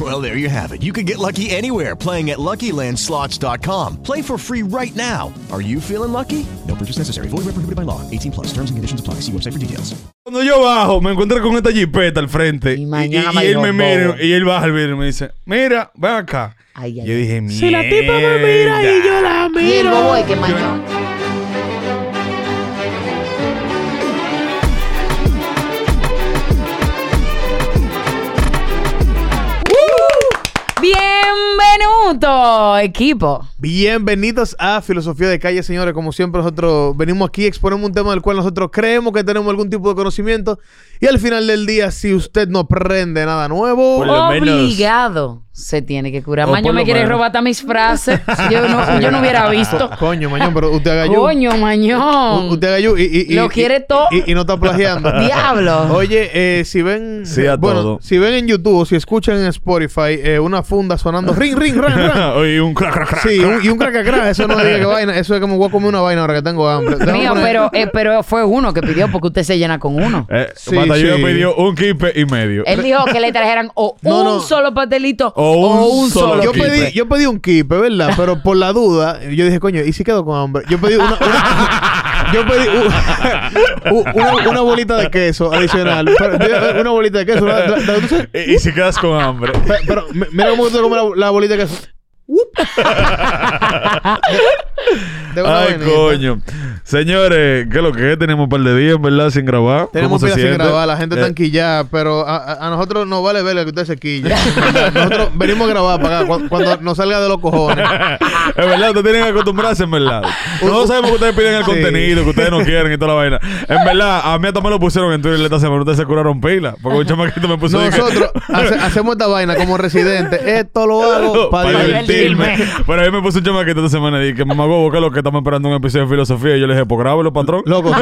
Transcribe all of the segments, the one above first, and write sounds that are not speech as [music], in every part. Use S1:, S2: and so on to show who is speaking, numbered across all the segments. S1: Well, there you have it. You can get lucky anywhere playing at LuckyLandSlots.com. Play for free right now. Are you feeling lucky? No purchase necessary. Void where prohibited by law. 18 plus. Terms and conditions apply. See website for details.
S2: Cuando yo bajo, me encuentro con esta jipeta al frente.
S3: Y mañana
S2: y,
S3: me
S2: él
S3: dio
S2: me
S3: un
S2: mira
S3: bobo.
S2: y él baja al vidrio y me dice, mira, ven acá.
S3: Ay, ay,
S2: yo
S3: ay.
S2: dije, mierda.
S3: Si la tipa me mira y yo la
S4: Y el
S3: miro.
S4: bobo de que mañana.
S3: Bienvenuto, equipo.
S5: Bienvenidos a Filosofía de Calle, señores. Como siempre, nosotros venimos aquí, exponemos un tema del cual nosotros creemos que tenemos algún tipo de conocimiento. Y al final del día, si usted no aprende nada nuevo,
S2: Por lo menos-
S3: Obligado se tiene que curar.
S2: O
S3: Maño
S2: por lo
S3: me quiere
S2: menos.
S3: robar hasta mis frases. Yo no, yo no
S5: [laughs]
S3: hubiera visto.
S5: Co- coño, mañón, pero usted haga yo.
S3: Coño, Mañón.
S5: U- Usted haga yo y, y- y-
S3: Lo
S5: y-
S3: quiere todo.
S5: Y, y no está plagiando.
S3: [laughs] Diablo.
S5: Oye, eh, si ven.
S2: Sí a
S5: bueno,
S2: todo.
S5: si ven en YouTube o si escuchan en Spotify eh, una funda sonando ring, ring, ran, ran.
S2: [laughs] Oye, un crack, crack, crack.
S5: Sí, un- y un cracacra, eso no diga que vaina, eso es que me voy a comer una vaina ahora que tengo hambre. Déjame
S3: Mío,
S5: poner-
S3: pero, eh, pero fue uno que pidió porque usted se llena con uno.
S2: Eh,
S5: Sí,
S2: Batallero
S5: sí.
S2: pidió un kipe y medio. [laughs]
S3: Él dijo que le trajeran o
S5: No,
S3: un
S5: no.
S3: solo pastelito
S2: Eh, O
S3: o
S2: un
S3: un,
S2: solo
S3: solo.
S5: yo
S2: kipe.
S5: pedí, yo pedí un kipe, ¿verdad? Pero por la duda, yo dije, coño, ¿y si quedo con hambre? Yo pedí una, una- [laughs] yo pedí u- u- una, una bolita de queso adicional. Pero, yo- una bolita de queso. la- la- la- entonces,
S2: Y, y si quedas con hambre.
S5: pe- pero mi- mira cómo te comes la, la bolita de queso. De una
S2: Ay,
S5: vainita.
S2: coño. Señores, ¿qué es lo que es? Tenemos un par de días, ¿verdad? Sin grabar.
S5: Tenemos
S2: ¿Cómo se
S5: pilas sin
S2: siente?
S5: grabar, la gente
S2: Eh,
S5: está enquillada, pero a, a- a nosotros nos vale ver que usted
S2: [laughs]
S5: se quilla. nosotros venimos a grabar para acá, cu- cuando nos salga de los cojones.
S2: [laughs] Es verdad, ustedes tienen que acostumbrarse, en verdad. Nosotros sabemos que ustedes piden el
S5: Uh. Sí.
S2: contenido, que ustedes no quieren y toda la vaina. En verdad, a mí hasta me lo pusieron en Twitter esta semana. Ustedes se curaron pila. Porque un chamaquito me puso... de que-
S5: Nosotros
S2: [laughs]
S5: hace- hacemos esta vaina como residente. Esto lo hago para
S2: para
S5: divertirme.
S2: divertirme. Pero a mí me puso un chamaquito esta semana y dije, mamá, huevo, ¿qué es lo que estamos esperando un episodio de filosofía? Y yo le dije, pues grábelo, patrón. [laughs]
S5: Loco, lo-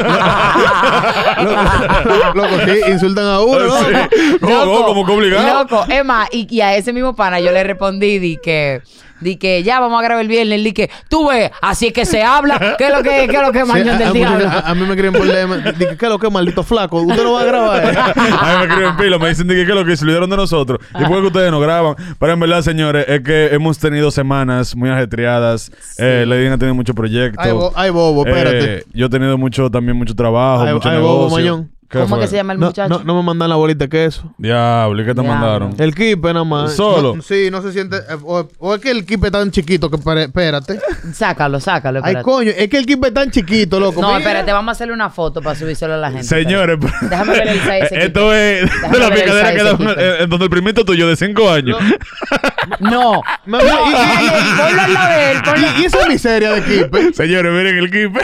S5: lo- [laughs] loco, sí, insultan a uno, ¿no?
S2: Sí. ¿Cómo, cómo, como que obligado?
S3: Loco, Emma, y, y a ese mismo pana yo le respondí, di que, di que ya vamos a grabar el viernes, di que tú ves, así es que se habla, ¿qué es lo que, qué es lo que
S5: Sí, ah,
S3: mañón
S5: a,
S3: del
S5: a muchos-
S3: diablo?
S5: a- a mí me creen por DM. Dije, ¿qué es lo que maldito flaco? Usted no va
S2: [laughs]
S5: a grabar. eh?
S2: A mí me escriben pila, me dicen que, que lo que se olvidaron de nosotros. Y porque ustedes no graban. Pero en verdad, señores, es que hemos tenido semanas muy ajetreadas. Eh, Lady Gaga ha tenido muchos proyectos.
S5: Ay, bo- ay, bobo,
S2: Eh,
S5: espérate.
S2: yo he tenido mucho, también mucho trabajo,
S5: Ay,
S2: mucho
S5: ay, bobo,
S2: negocio.
S5: Mañón.
S2: ¿Qué
S3: ¿Cómo
S2: fue?
S3: que se llama el
S5: No,
S3: muchacho?
S5: no- no me mandan la bolita de queso.
S2: Diablo, ¿y qué te
S3: Diablo.
S2: mandaron?
S5: El kipe nada más.
S2: Solo.
S5: No, sí, no se siente. eh, O, o es que el kipe es tan chiquito que pare- espérate.
S3: Sácalo, sácalo,
S5: Ay,
S3: espérate.
S5: coño, es que el kipe es tan chiquito, loco.
S3: no,
S5: Mira.
S3: espérate, vamos a hacerle una foto para subírselo a la gente.
S2: Señores,
S3: espérate. Déjame ver el size ese
S2: esto es de
S3: Déjame
S2: la
S3: ver el
S2: picadera
S3: size
S2: que
S3: ese
S2: da
S3: equipo.
S2: eh, eh, donde el primito tuyo de 5 años.
S3: tipo. No.
S5: Ma- ma- y- y-
S3: Dale, ponlo al lado de él, ponlo-
S5: y- y esa miseria de kipe.
S2: Señores, miren el kipe.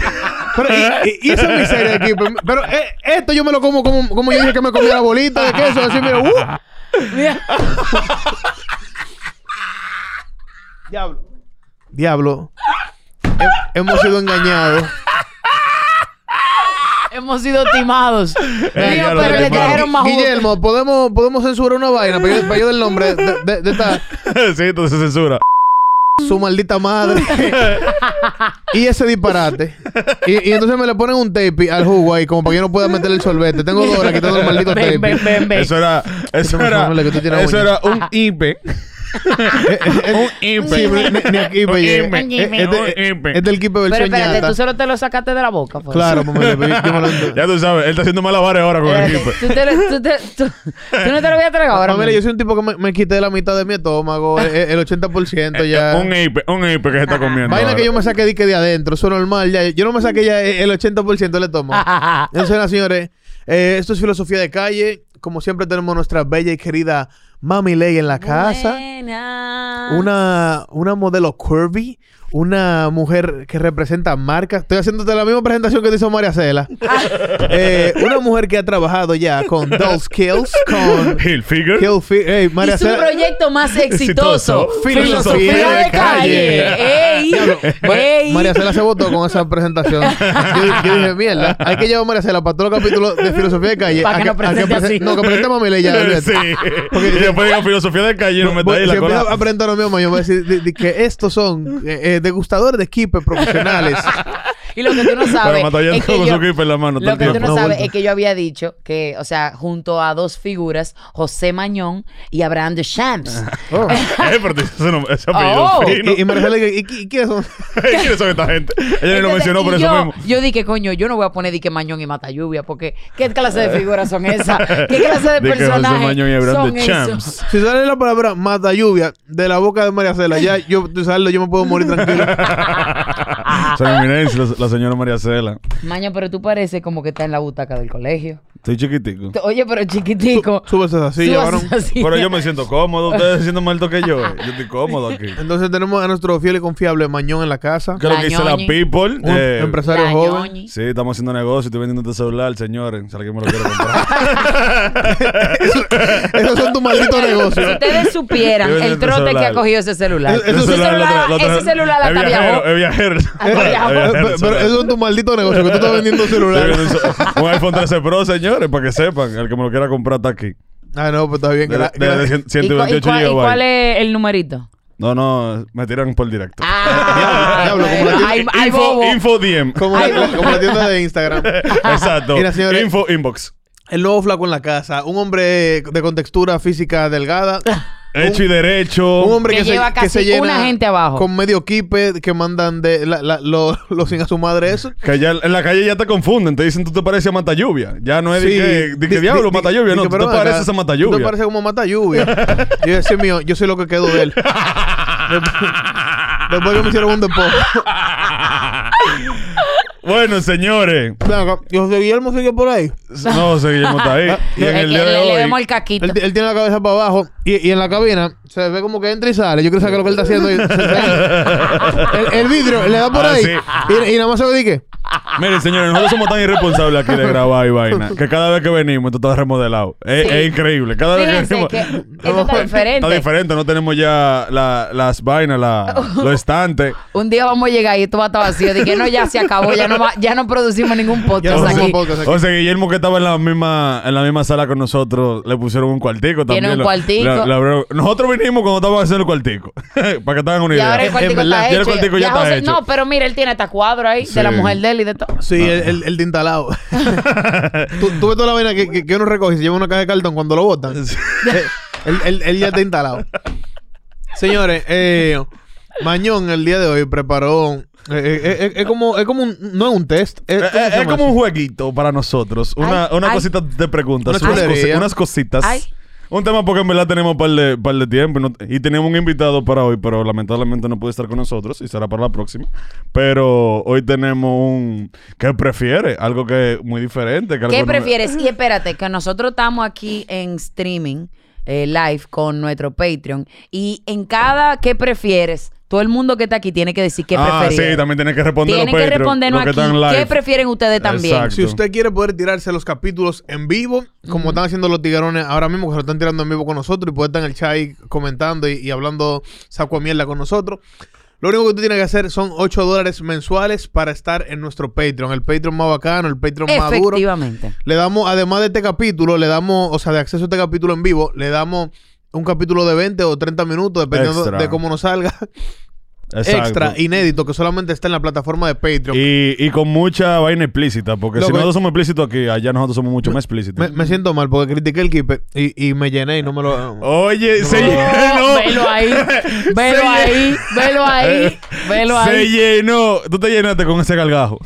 S5: Pero, y, y- y esa miseria de equipo. Pero eh, esto yo me lo como como, como yo dije que me comía la bolita de queso. Así, mira, uh.
S3: Mira.
S5: Diablo. Diablo. He- hemos sido engañados.
S3: Hemos sido timados. Mío,
S2: Eh, ya lo
S3: pero le
S2: timaron.
S3: trajeron más jugo.
S5: Guillermo, ¿podemos, podemos censurar una vaina para yo, para yo del nombre de, de- de esta
S2: [laughs] sí, entonces censura.
S5: su maldita madre. y ese disparate. Y, y entonces me le ponen un tape al jugo ahí, como para que yo no pueda meter el sorbete. Tengo dos horas quitando el maldito tape.
S3: Ven, ven, ven, ven.
S2: Eso era, eso
S5: me
S2: era,
S5: formule que tú tienes
S2: eso
S5: uña.
S2: era un hipe.
S5: Eh,
S2: un
S5: [laughs] Sí,
S2: impe.
S5: pero ni, ni aquí
S2: Un
S5: me llega.
S2: impe.
S5: Eh,
S2: Un
S5: Este
S2: impe.
S5: este es el kipe
S3: Pero
S5: versión
S3: espérate,
S5: ñata.
S3: tú solo te lo sacaste de la boca. Fue?
S5: Claro, mamá, yo
S2: [laughs]
S5: yo me lo
S2: Ya tú sabes, él está haciendo malabares ahora con
S5: Eh,
S2: el
S3: Espérate,
S2: impe.
S3: tú, te lo- tú te- tú- tú no te lo voy a tragar ahora.
S5: Ah, mira, yo
S3: mismo.
S5: soy un tipo que me, me quité la mitad de mi estómago, eh, el, el 80% [laughs] ya.
S2: Eh, Un impe, un impe que se está comiendo.
S5: Vaina
S2: ahora.
S5: que yo me saqué dique de adentro, eso es normal. Ya. Yo no me saqué ya eh, el 80%
S3: [laughs]
S5: del estómago. Entonces, nada, señores, eh, esto es filosofía de calle. Como siempre, tenemos nuestra bella y querida Mami Ley en la casa.
S2: Uh,
S5: Una, una modelo curvy, una mujer que representa marcas. Estoy haciéndote la misma presentación que te hizo María Cela.
S3: [laughs] Ah.
S5: Eh, una mujer que ha trabajado ya con Doll Skills, con
S2: Hilfiger. [laughs]
S5: Kill Fi- Ey, María
S3: Y su
S5: Cela.
S3: proyecto más exitoso.
S2: Exitoso.
S3: Filosofía de calle. Ey, ey.
S5: María Cela se votó con esa
S3: [laughs]
S5: presentación. Yo, yo dije, mierda, hay que llevar a María Cela para todos los capítulos de filosofía de calle.
S3: Pa' que
S5: A
S3: no
S5: a
S3: presente
S5: presen-
S3: así.
S5: No, que presente a Mami Ley ya. olvídate.
S2: Sí. Y después diga filosofía de calle, no me está
S5: Voy-
S2: ahí
S5: si
S2: la
S5: empiezo a
S2: cola.
S5: aprender lo mismo, yo voy a decir de- de que estos son eh, eh, degustadores de equipos
S3: [laughs]
S5: profesionales.
S3: Y lo que tú no
S2: Pero
S3: sabes
S2: me está yendo
S3: es que
S2: con
S3: yo,
S2: su kipe en la mano. todo
S3: lo
S2: el
S3: que tú
S2: tiempo.
S3: no
S5: No,
S3: sabes
S5: bueno.
S3: es que yo había dicho que, o sea, junto a dos figuras, José Mañón y Abraham de Champs.
S5: Oh.
S2: [laughs] Eh, pero ese nombre- ese apellido
S3: Oh.
S2: fino. [laughs]
S5: Y, y María Cela, ¿y, y- y quiénes son?
S2: ¿Quiénes son esta gente? Ella ni lo
S3: Entonces,
S2: mencionó por
S3: y
S2: eso
S3: yo,
S2: mismo.
S3: Yo dije, coño, yo no voy a poner di que Mañón y Mata Lluvia, porque ¿qué clase
S2: [laughs]
S3: de figuras son esas? ¿Qué clase de
S2: Di que José
S3: personajes
S2: Mañón y Abraham
S3: son
S2: de
S3: esos?
S2: Champs.
S5: Si sale la palabra mata lluvia de la boca de María Cela, ya yo, tú sabes, yo me puedo morir tranquilo.
S2: Son eminencia, la, la señora María Cela.
S3: Mañón, pero tú pareces como que estás en la butaca del colegio.
S2: Estoy [laughs] chiquitico.
S3: Tú- Oye, pero chiquitico.
S5: Súbese a esa silla,
S3: Súbase
S5: varón.
S3: así. [laughs]
S2: Pero yo me siento cómodo. Ustedes se sienten más alto que yo. eh. Yo estoy cómodo aquí.
S5: Entonces tenemos a nuestro fiel y confiable Mañón en la casa.
S2: Creo que dice la
S3: Ñoñi.
S2: people.
S5: Un
S2: eh,
S5: empresario
S3: La
S5: joven.
S3: Ñoñi.
S2: Sí, estamos haciendo negocio. Estoy vendiendo este celular, señores. Si alguien me lo quiere comprar.
S5: Esos son tus malditos
S3: Si
S5: negocios. Eh,
S3: ustedes supieran
S2: Debe ser
S3: el
S2: tu
S3: trote que
S2: celular.
S3: ha cogido ese celular. [laughs]
S2: Ese
S3: Ese
S2: celular lo
S3: celular-
S2: tra- lo tra-
S3: ese celular
S2: es
S3: hasta
S2: viajero.
S3: viajó.
S2: Es viajero.
S3: viajero.
S2: [laughs] Es
S5: Pero,
S2: el
S5: pero
S2: celular.
S5: esos son tus malditos negocios que tú estás vendiendo celulares.
S2: Estoy vendiendo Un iPhone 13 Pro, señores, para que sepan. El que me lo quiera comprar está aquí.
S5: Ah, no, pues está bien.
S2: De,
S5: gra-
S2: de- de
S5: gra-
S2: cien-
S3: ¿Y, cu- y
S2: 128
S3: cuál- y cuál
S2: GB.
S3: es el numerito?
S2: No, no, me tiran por directo.
S3: Ah,
S5: Diablo, diablo, como la
S3: ay, ay,
S2: info,
S3: bobo.
S2: info DM.
S5: como, la, la- como la tienda de Instagram.
S2: [laughs] Exacto.
S5: Mira, señores.
S2: info inbox.
S5: El nuevo flaco en la casa. Un hombre de contextura física delgada.
S2: Hecho y derecho.
S5: Un hombre que,
S3: Que
S5: se,
S3: lleva
S5: que se
S3: casi
S5: llena
S3: una gente abajo.
S5: con medio kipe que mandan de la, la- lo- [laughs] los sin a su madre eso.
S2: Que ya en la calle ya te confunden, te dicen tú te pareces a Mata Lluvia. Ya no es de
S5: Sí.
S2: que, de que
S5: Di-
S2: diablo
S5: di-
S2: Mata Lluvia,
S5: di-
S2: no,
S5: di-
S2: tú te
S5: pero acá,
S2: pareces a Mata
S5: Tú te
S2: Lluvia.
S5: pareces como mata lluvia.
S2: [laughs]
S5: yo decía mío, yo soy lo que quedó de él. Después- Después que me hicieron un depósito.
S2: Bueno, señores,
S5: Venga, José Guillermo sigue por ahí.
S2: no, José Guillermo está ahí. Y en
S3: Ah, Es
S2: el
S3: que
S2: día de
S3: le, le vemos
S2: hoy,
S3: el caquito.
S5: Él, él tiene la cabeza para abajo y, y en la cabina se ve como que entra y sale. Yo creo que lo que él está haciendo. y- el, el vidrio le da por
S2: Ah,
S5: ahí
S2: sí.
S5: y, y nada más se ve de que.
S2: miren, señores, nosotros somos tan irresponsables aquí de grabar y vaina, que cada vez que venimos, esto está remodelado. Es,
S3: Sí.
S2: es increíble. Cada vez que
S3: Fíjense
S2: venimos.
S3: que esto está
S2: Está
S3: diferente.
S2: diferente, no tenemos ya la- las
S3: [laughs]
S2: vainas, la, los estantes.
S3: Un día vamos a llegar y esto va a estar vacío. Dije, no, ya se acabó, ya no, va- ya no producimos ningún
S5: Ya
S3: podcast
S5: no hacemos
S3: aquí.
S5: podcast aquí.
S2: José Guillermo que estaba en la misma en la misma sala con nosotros le pusieron un cuartico también.
S3: un
S2: Lo-
S3: cuartico.
S2: la- la abrieron. nosotros vinimos cuando estaban haciendo el cuartico [laughs] para que tengan una
S3: Y
S2: idea.
S3: ahora el cuartico
S5: Es verdad.
S3: está
S2: Ya
S3: hecho.
S2: el cuartico ya está hecho. [laughs]
S3: No, pero mira, él tiene hasta cuadro ahí
S2: Sí.
S3: de la mujer de él y de todo.
S5: Sí,
S2: Ah.
S5: el, el, el tintalado.
S2: [laughs]
S5: tú, tú ves toda la vaina que, que, que uno recoge y se lleva una caja de cartón cuando lo botan. Eh, él, él- él ya está instalado. Señores, eh, Mañón el día de hoy preparó. eh, eh, eh, eh, es como, es como un, no es un test. Es,
S2: Eh,
S5: ¿cómo se
S2: eh, es
S5: llama
S2: como un
S5: eso?
S2: jueguito para nosotros. Una,
S3: Ay,
S2: una
S3: ay.
S2: cosita de preguntas.
S5: Una
S2: unas,
S5: chulería.
S2: cosi- unas cositas.
S3: Ay.
S2: Un tema porque en verdad tenemos un par de, par de tiempo y, no- y tenemos un invitado para hoy, pero lamentablemente no puede estar con nosotros y será para la próxima. Pero hoy tenemos un... ¿Qué prefiere? Algo que muy diferente. que algo
S3: ¿Qué
S2: no-
S3: prefieres?
S2: [laughs]
S3: Y espérate, que nosotros estamos aquí en streaming eh, live con nuestro Patreon y en cada ¿qué prefieres? Todo el mundo que está aquí tiene que decir qué
S2: ah,
S3: preferir.
S2: sí, también tienen que responder
S3: Tienen
S2: los
S3: que
S2: Patreon,
S3: respondernos
S2: los que
S3: aquí.
S2: están live.
S3: ¿Qué prefieren ustedes también?
S2: Exacto.
S5: Si usted quiere poder tirarse los capítulos en vivo, como están haciendo los tiguerones ahora mismo, que se lo están tirando en vivo con nosotros y puede estar en el chat ahí comentando y, y hablando saco a mierda con nosotros. Lo único que usted tiene que hacer son 8 dólares mensuales para estar en nuestro Patreon. El Patreon más bacano, el Patreon más duro.
S3: Efectivamente.
S5: Le damos, además de este capítulo, le damos, o sea, de acceso a este capítulo en vivo, le damos un capítulo de 20 o 30 minutos, dependiendo
S2: Extra.
S5: de cómo nos salga. [laughs]
S2: Exacto.
S5: extra, inédito, que solamente está en la plataforma de Patreon.
S2: Y, y con mucha vaina explícita, porque si
S5: Loco, eh,
S2: nosotros somos explícitos aquí, allá nosotros somos mucho más explícitos.
S5: Me, me siento mal porque critiqué el kipe y, y me llené y no me lo.
S2: Oh. Oye,
S3: [laughs]
S2: se llenó.
S3: Velo ahí,
S2: Se
S3: velo ahí, velo
S2: Eh,
S3: ahí, velo
S2: Se
S3: ahí.
S2: llenó. Tú te llenaste con ese gargajo.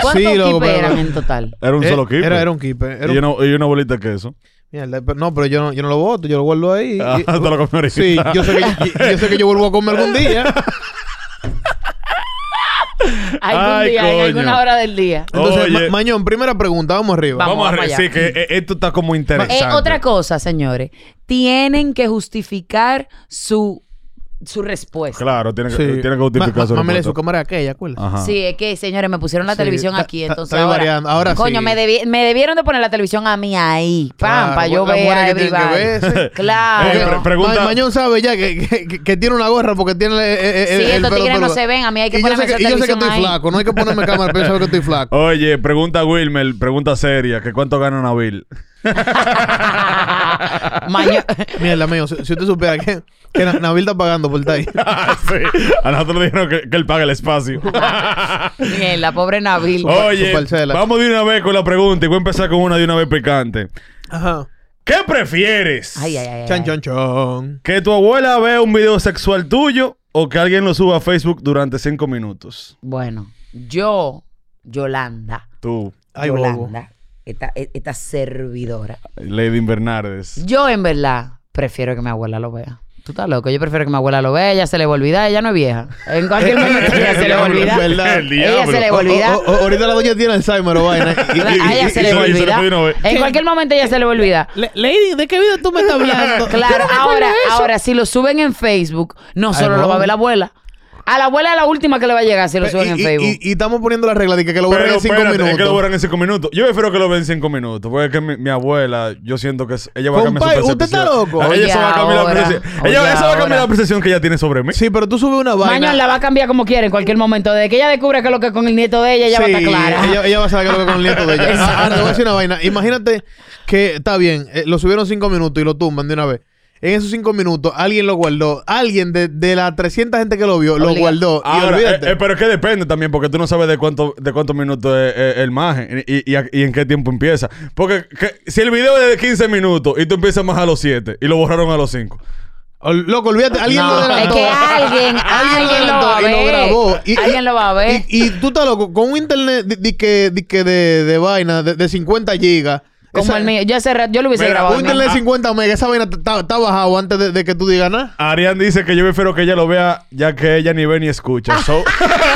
S3: ¿Cuántos
S5: Sí, loco,
S3: keepers
S5: pero-
S3: eran en total?
S2: Era un
S5: Eh,
S2: solo keeper.
S5: Era, era un keeper. era
S2: Y
S5: un-
S2: una, y una bolita de queso.
S5: Mierda, pero- no, pero yo no, yo no lo voto, yo lo guardo ahí.
S2: Ah,
S5: Y-
S2: [laughs] te lo comí ahorita.
S5: Sí, yo sé, que, yo, yo sé que yo vuelvo a comer algún día.
S3: Algún
S2: Ay,
S3: día, en
S2: coño.
S3: alguna hora del día.
S5: Entonces,
S2: Oye.
S5: Ma- Mañón, primera pregunta, vamos arriba.
S3: Vamos,
S2: Vamos, a
S3: vamos
S2: re-
S3: allá.
S2: Sí, que eh, esto está como
S3: Eh,
S2: interesante.
S3: otra cosa, señores. Tienen que justificar su, su respuesta.
S2: Claro, tiene que,
S5: Sí.
S2: tiene que justificar
S5: Ma-
S2: su
S5: ma- mámele
S2: respuesta.
S5: su cámara aquella, ¿acuerdas?
S2: Ajá.
S3: Sí, es que, señores, me pusieron la
S5: Sí,
S3: televisión
S5: ta-
S3: aquí,
S5: ta-
S3: entonces
S5: estoy
S3: ahora...
S5: variando, ahora
S3: coño,
S5: sí.
S3: me, debi- me debieron de poner la televisión a mí ahí. Pam,
S5: Claro,
S3: para yo
S5: las
S3: ver a
S5: mujeres que tienen que
S3: everybody. [laughs]
S5: verse.
S2: Eh, pre-
S3: Claro.
S2: pregunta-
S5: Ma- Mañón sabe ya que, que- que- que tiene una gorra porque tiene eh, eh,
S3: Sí,
S5: el, el
S3: estos
S5: pelo
S3: tigres no
S5: peludo.
S3: se ven, a mí hay que
S5: y yo
S3: ponerme
S5: sé que,
S3: esa
S5: y yo sé que
S3: televisión
S5: estoy
S3: ahí.
S5: flaco, no hay que ponerme cámara para saber que estoy flaco.
S2: Oye, pregunta Wilmer, pregunta seria. ¿Qué cuánto gana Nabil?
S3: [laughs]
S2: [laughs]
S3: Maño-
S5: [laughs] Mierda, mío, si, si usted supiera que, que Na- Nabil está pagando por estar ahí.
S2: sí. A nosotros nos dijeron que, que él paga el espacio.
S5: [laughs]
S3: Bien, la pobre Nabil.
S2: Oye,
S5: su parcela.
S2: vamos de una vez con la pregunta y voy a empezar con una de una vez picante.
S5: [laughs] Ajá.
S2: ¿Qué prefieres?
S3: Ay, ay, ay, ay.
S5: Chan, chan, chan.
S2: ¿Que tu abuela vea un video sexual tuyo o que alguien lo suba a Facebook durante cinco minutos?
S3: Bueno, yo, Yolanda.
S2: Tú,
S5: Ay, bobo.
S3: Yolanda. Esta, esta servidora.
S2: Lady Bernardes.
S3: Yo, en verdad, prefiero que mi abuela lo vea. Tú estás loco. Yo prefiero que mi abuela lo vea. Ella se le va a olvidar. Ella no es vieja. En
S5: [laughs]
S3: cualquier momento ella
S2: [laughs]
S3: se le va a olvidar.
S2: ¿Verdad? El
S3: Ella se le
S5: Oh,
S3: va a olvidar.
S5: O- o- ahorita la doña tiene Alzheimer o vaina. Y-
S3: [laughs]
S5: y-
S3: A ella se le va a
S2: Y se- y se le puede
S3: olvidar.
S2: ir a ver.
S3: En cualquier momento ella se le va a
S5: [laughs]
S3: olvidar.
S5: Lady, ¿de qué vida tú me estás hablando?
S3: [laughs] Claro, ahora, ah, ahora, si lo suben en Facebook, no solo lo va a ver la abuela. A la abuela es la última que le va a llegar si lo suben
S5: y,
S3: en
S5: y-
S3: Facebook.
S5: y- y estamos poniendo la regla de que, que lo borren
S2: Pero
S5: en cinco
S2: espérate, es que lo
S5: minutos.
S2: borran en cinco minutos. Yo prefiero que lo vean en cinco minutos. Porque es que mi, mi abuela, yo siento que es- ella va a cambiar
S5: Compadre,
S2: su
S5: ¿usted
S2: percepción.
S5: está loco?
S2: Ella,
S3: Oye,
S2: se va a cambiar
S3: ahora.
S2: la percepción. Ella,
S3: Oye,
S2: esa va a cambiar
S3: ahora.
S2: la percepción que ella tiene sobre mí.
S5: Sí, pero tú subes una vaina.
S3: Mañana la va a cambiar como quiera en cualquier momento. Desde que ella descubra que lo que con el nieto de ella, ella va a
S5: Sí,
S3: estar clara.
S5: Ella, ella va a saber que lo que con el
S3: [laughs]
S5: nieto de ella. Ah, Ahora te voy a decir una vaina. Imagínate que está bien, eh, lo subieron cinco minutos y lo tumban de una vez. En esos cinco minutos, alguien lo guardó. Alguien de, de las 300 gente que lo vio, lo
S3: Obliga-
S5: guardó. y
S2: Ahora,
S5: olvídate.
S2: eh, eh, pero es que depende también, porque tú no sabes de cuánto de cuántos minutos es eh, el maje y, y- y a- y en qué tiempo empieza. Porque que- si el video es de 15 minutos y tú empiezas más a los 7 y lo borraron a los 5.
S5: Ol- Loco, olvídate. Alguien
S3: No,
S5: lo
S3: es
S5: adelantó.
S3: que
S5: [laughs]
S3: alguien, alguien lo va a
S5: adelantó y lo
S3: ver.
S5: grabó. Y-
S3: Alguien lo va a ver.
S5: Y, y tú estás loco. Con un internet di, di que, di que de, de vaina, de, de 50 gigas.
S3: Como
S5: esa-
S3: el mío. Ah. Yo, hace rato- yo lo hubiese
S2: Mira,
S3: grabado.
S5: Un
S3: el
S5: internet
S3: mío.
S5: de 50 megas. Esa vaina está está bajado antes de, de que tú digas nada.
S2: Arián dice que yo prefiero que ella lo vea ya que ella ni ve ni escucha.
S5: [laughs]
S2: So,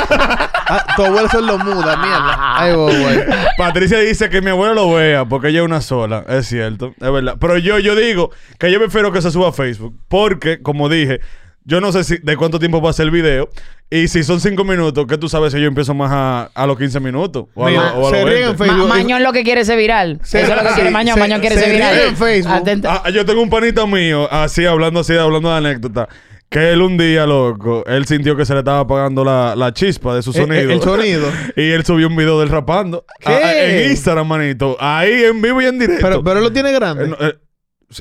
S5: Ah, tu abuelo se lo muda,
S3: Ah.
S5: mierda. Ay, bobo, güey.
S2: Patricia dice que mi abuela lo vea porque ella es una sola. Es cierto, es verdad. Pero yo, yo digo que yo prefiero que se suba a Facebook porque, como dije, yo no sé si, de cuánto tiempo va a ser el video. Y si son 5 minutos, ¿qué tú sabes si yo empiezo más a, a los 15 minutos? O a,
S5: Mira,
S2: lo- o a
S5: se
S2: los
S5: ríen
S2: 20?
S3: Ma-
S5: Facebook.
S3: Mañón lo que quiere es ser viral.
S5: Se-
S3: Eso es lo que quiere
S5: sí,
S3: Mañón.
S5: se-
S3: Mañón quiere
S5: se
S3: ser viral.
S5: ríe en Facebook.
S3: Atenta.
S2: Ah, yo tengo un panita mío, así hablando así, hablando de anécdota. Que él un día, loco, él sintió que se le estaba apagando la, la chispa de su
S5: El-
S2: sonido.
S5: Eh, el- el sonido.
S2: [laughs] y él subió un video del rapando.
S5: ¿Qué?
S2: Ah, en Instagram, manito. Ahí en vivo y en directo.
S5: Pero, pero él lo tiene grande.
S2: Él, no- él-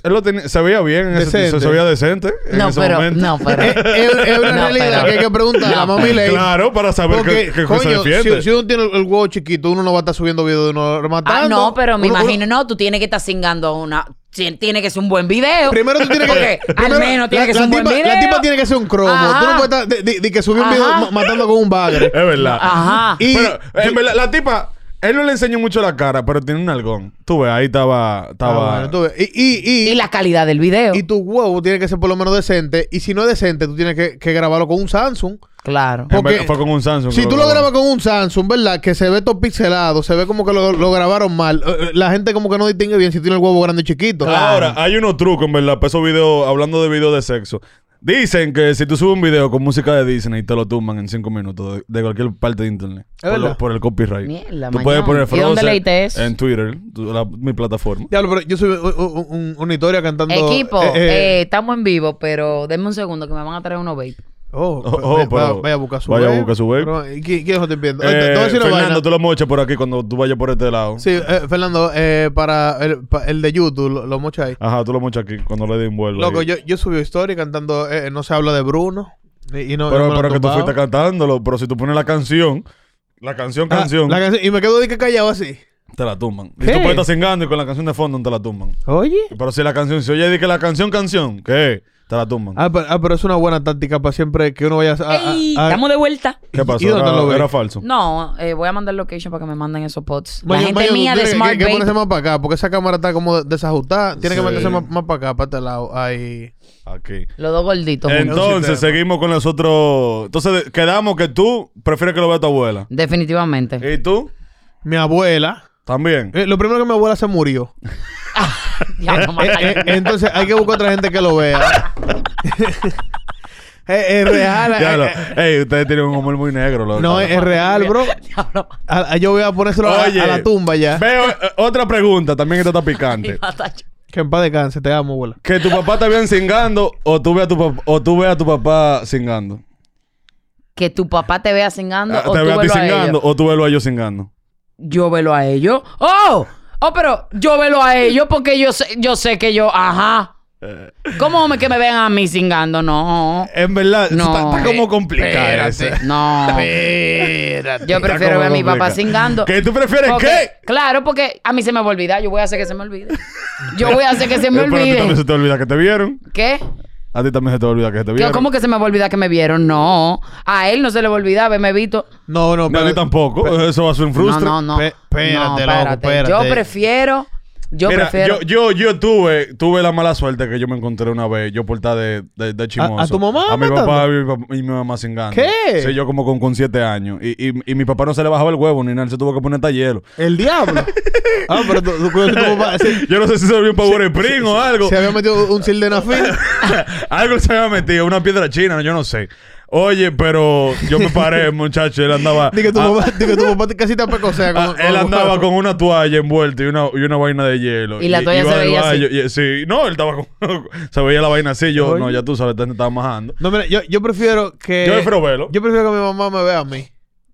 S2: él lo tenía- se veía bien, en ese-
S5: Decente.
S2: se veía decente. en
S3: No,
S2: ese
S3: pero,
S2: momento.
S5: [laughs]
S3: no, pero.
S5: Es, es- es una
S3: Eh, No,
S5: realidad
S3: pero-
S5: que hay que preguntar a la mami Ley.
S2: Claro, para saber
S5: Porque,
S2: que, que- que se
S5: coño,
S2: defiende.
S5: si, si uno tiene el, el huevo chiquito, uno no va a estar subiendo videos de uno matando.
S3: Ah, no, pero me
S5: Uno-
S3: imagino,
S5: uno-
S3: no, tú tienes que estar singando una. si- Tiene que ser un buen video.
S5: Primero tú tienes que.
S3: Porque
S5: [laughs] primero,
S3: al menos tiene
S5: la-
S3: que ser
S5: la
S3: un buen
S5: tipa-
S3: video.
S5: La tipa tiene que ser un cromo.
S3: Ajá.
S5: Tú no puedes estar. De, de- de que subió un
S3: Ajá.
S5: video ma- matando con un bagre.
S2: Es verdad.
S3: Ajá.
S5: Ah, Y-
S2: Eh, pero, eh, en verdad, la tipa, él no le enseñó mucho la cara, pero tiene un algón. Tú ves, ahí estaba.
S5: Ah,
S2: estaba
S5: bueno, tú ves. y, y, y,
S3: Y la calidad del video.
S5: y tu huevo tiene que ser por lo menos decente. Y si no es decente, tú tienes que, que grabarlo con un Samsung.
S3: Claro.
S2: En verdad,
S5: porque-
S2: fue con un Samsung.
S5: Si
S2: que
S5: tú lo
S2: grabó.
S5: grabas con un Samsung, ¿verdad? Que se ve todo pixelado, se ve como que lo, lo grabaron mal. Eh, eh, La gente como que no distingue bien si tiene el huevo grande o chiquito.
S2: Ahora, ah, hay unos trucos, en verdad, para esos videos, hablando de videos de sexo. Dicen que si tú subes un video con música de Disney, te lo tumban en cinco minutos de, de cualquier parte de internet. Por,
S5: verdad?
S2: lo- por el copyright.
S3: Mierda,
S2: tú puedes
S3: mañón.
S2: poner
S3: ¿Y dónde
S2: Frozen
S3: leíste eso?
S2: En Twitter, tu- la- mi plataforma.
S5: Diablo, pero yo subí un- un- un- una historia cantando.
S3: Equipo,
S5: eh, eh,
S3: eh, estamos en vivo, pero denme un segundo que me van a traer uno vape.
S5: oh,
S2: oh,
S5: vaya-
S2: oh, pero-
S5: vaya, a buscar su
S2: vaya a buscar su vape.
S5: Pero, ¿y ¿Quién quién es lo que te entiendo? Oye, te- te voy a
S2: Eh,
S5: decir una
S2: Fernando,
S5: vaina.
S2: tú lo mochas por aquí cuando tú vayas por este lado.
S5: Sí, eh, Fernando, eh, para el, pa- el de YouTube, lo, lo mocha ahí.
S2: Ajá, tú lo mochas aquí cuando le den vuelo.
S5: Loco,
S2: ahí.
S5: yo, yo subí una historia cantando eh, No se eh, habla de Bruno. Y- y no-
S2: pero
S5: no me
S2: pero
S5: lo han
S2: que tú
S5: tumbado.
S2: fuiste cantándolo. Pero si tú pones la canción, la canción,
S5: Ah,
S2: canción,
S5: la canción- y me quedo de que callado así.
S2: te la tumban. Y
S5: ¿Qué?
S2: tú puedes estar cingando y con la canción de fondo te la tumban.
S5: Oye.
S2: Pero si la canción, si oye, di que la canción, canción, ¿qué? Te la tumban.
S5: Ah, pero, ah, pero es una buena táctica para siempre que uno vaya a. a-
S3: Ey,
S5: a- a-
S3: estamos de vuelta.
S2: ¿Qué pasó?
S5: ¿y dónde
S2: Era,
S5: lo ves?
S2: era falso.
S3: No, eh, voy a mandar location para que me manden esos pods. La
S5: Mayo-
S3: gente
S5: Mayo,
S3: mía
S5: tú
S3: de
S5: tienes que-
S3: Smart
S5: que, que ponerse
S3: Vape.
S5: más para acá, porque esa cámara está como desajustada. Tiene
S2: Sí.
S5: que meterse más, más para acá, para este lado. Ahí.
S2: Aquí.
S3: Los dos gorditos. juntos.
S2: Entonces,
S5: sistema.
S2: seguimos con los otros. Entonces, de- quedamos que tú prefieres que lo vea tu abuela.
S3: Definitivamente.
S2: ¿Y tú?
S5: Mi abuela.
S2: También.
S5: eh, lo primero que mi abuela se murió.
S3: Diablo,
S5: Eh,
S3: mata-
S5: eh, entonces hay que buscar otra gente que lo vea. es, es real. eh,
S2: Ya lo-
S5: eh,
S2: Ey, ustedes tienen un humor muy negro, loco.
S5: no, es, es real, bro.
S3: Diablo,
S5: A- a- yo voy a ponérselo a, la-
S2: Oye,
S5: a la tumba ya.
S2: Veo eh, otra pregunta, también esta está
S3: [laughs]
S2: picante.
S3: mata-
S5: Que en paz descanse, te amo, abuela.
S2: que tu papá te vean cingando o tú veas a tu papá o tú veas a tu papá cingando.
S3: Que tu papá te vea cingando
S2: Ah,
S3: o
S2: te
S3: tú
S2: veas a ti
S3: velo a
S2: cingando
S3: ellos.
S2: o tú velo a ellos cingando.
S3: Yo velo a ellos. ¡Oh! Oh, pero yo velo a ellos porque yo sé, yo sé que yo... Ajá.
S2: Eh.
S3: ¿Cómo me, que me vean a mí cingando? No.
S2: En verdad,
S3: No.
S2: está, está como complicada
S3: Espérate.
S2: esa.
S3: No. Yo
S2: Está
S3: prefiero
S2: como
S3: ver a mi papá
S2: complicada.
S3: cingando.
S2: ¿Qué tú prefieres?
S3: Porque-
S2: ¿Qué?
S3: Claro, porque a mí se me va a olvidar. Yo voy a hacer que se me olvide. Yo voy a hacer que se
S2: [laughs]
S3: me
S2: Eh, Pero a ti también se
S3: olvide.
S2: te olvida que te vieron.
S3: ¿Qué?
S2: A ti también se te olvida que te
S3: Yo,
S2: vieron.
S3: ¿Cómo que se me va a olvidar que me vieron? No. A él no se le va a olvidar haberme visto.
S5: No, no,
S2: No, a ti
S5: pero-
S2: tampoco. Eso va a ser un
S3: No,
S2: frustre.
S3: no, no.
S5: Pe- espérate,
S3: No,
S5: loco,
S3: Yo
S5: espérate.
S3: prefiero. Yo
S2: Mira,
S3: prefiero.
S2: yo, yo, yo tuve, tuve la mala suerte que yo me encontré una vez, yo por estar de, de, de chimoso.
S5: ¿A- a tu mamá
S2: A mi
S5: matando?
S2: papá y mi, pap- y mi mamá cingando.
S5: ¿Qué?
S2: Sí, yo como con, con siete años. Y, y, y mi papá no se le bajaba el huevo ni nada, él se tuvo que poner tallero.
S5: El diablo. ah, pero tú, tú, tú- tu papá se,
S2: [laughs] Yo no sé si se volvió un Power Spring o [laughs] algo.
S5: se había metido un sildenafil.
S2: [laughs] Ah. algo se había metido, una piedra china, yo no sé. Oye, pero yo me
S5: [laughs]
S2: paré, muchacho, él andaba...
S5: Dije que tu
S2: Ah,
S5: papá, di que tu
S2: [laughs]
S5: papá te- casi te apecosea.
S2: Ah,
S5: con-
S2: él andaba con una toalla envuelta y una, y una vaina de hielo.
S3: Y la toalla
S2: iba
S3: se
S2: del
S3: veía así.
S2: baño y- sí, no, él estaba con, [laughs] se veía la vaina así. Yo, no, ya tú sabes, te estaba majando.
S5: No, mira, yo, yo prefiero que...
S2: Yo prefiero verlo.
S5: Yo prefiero que mi mamá me vea a mí.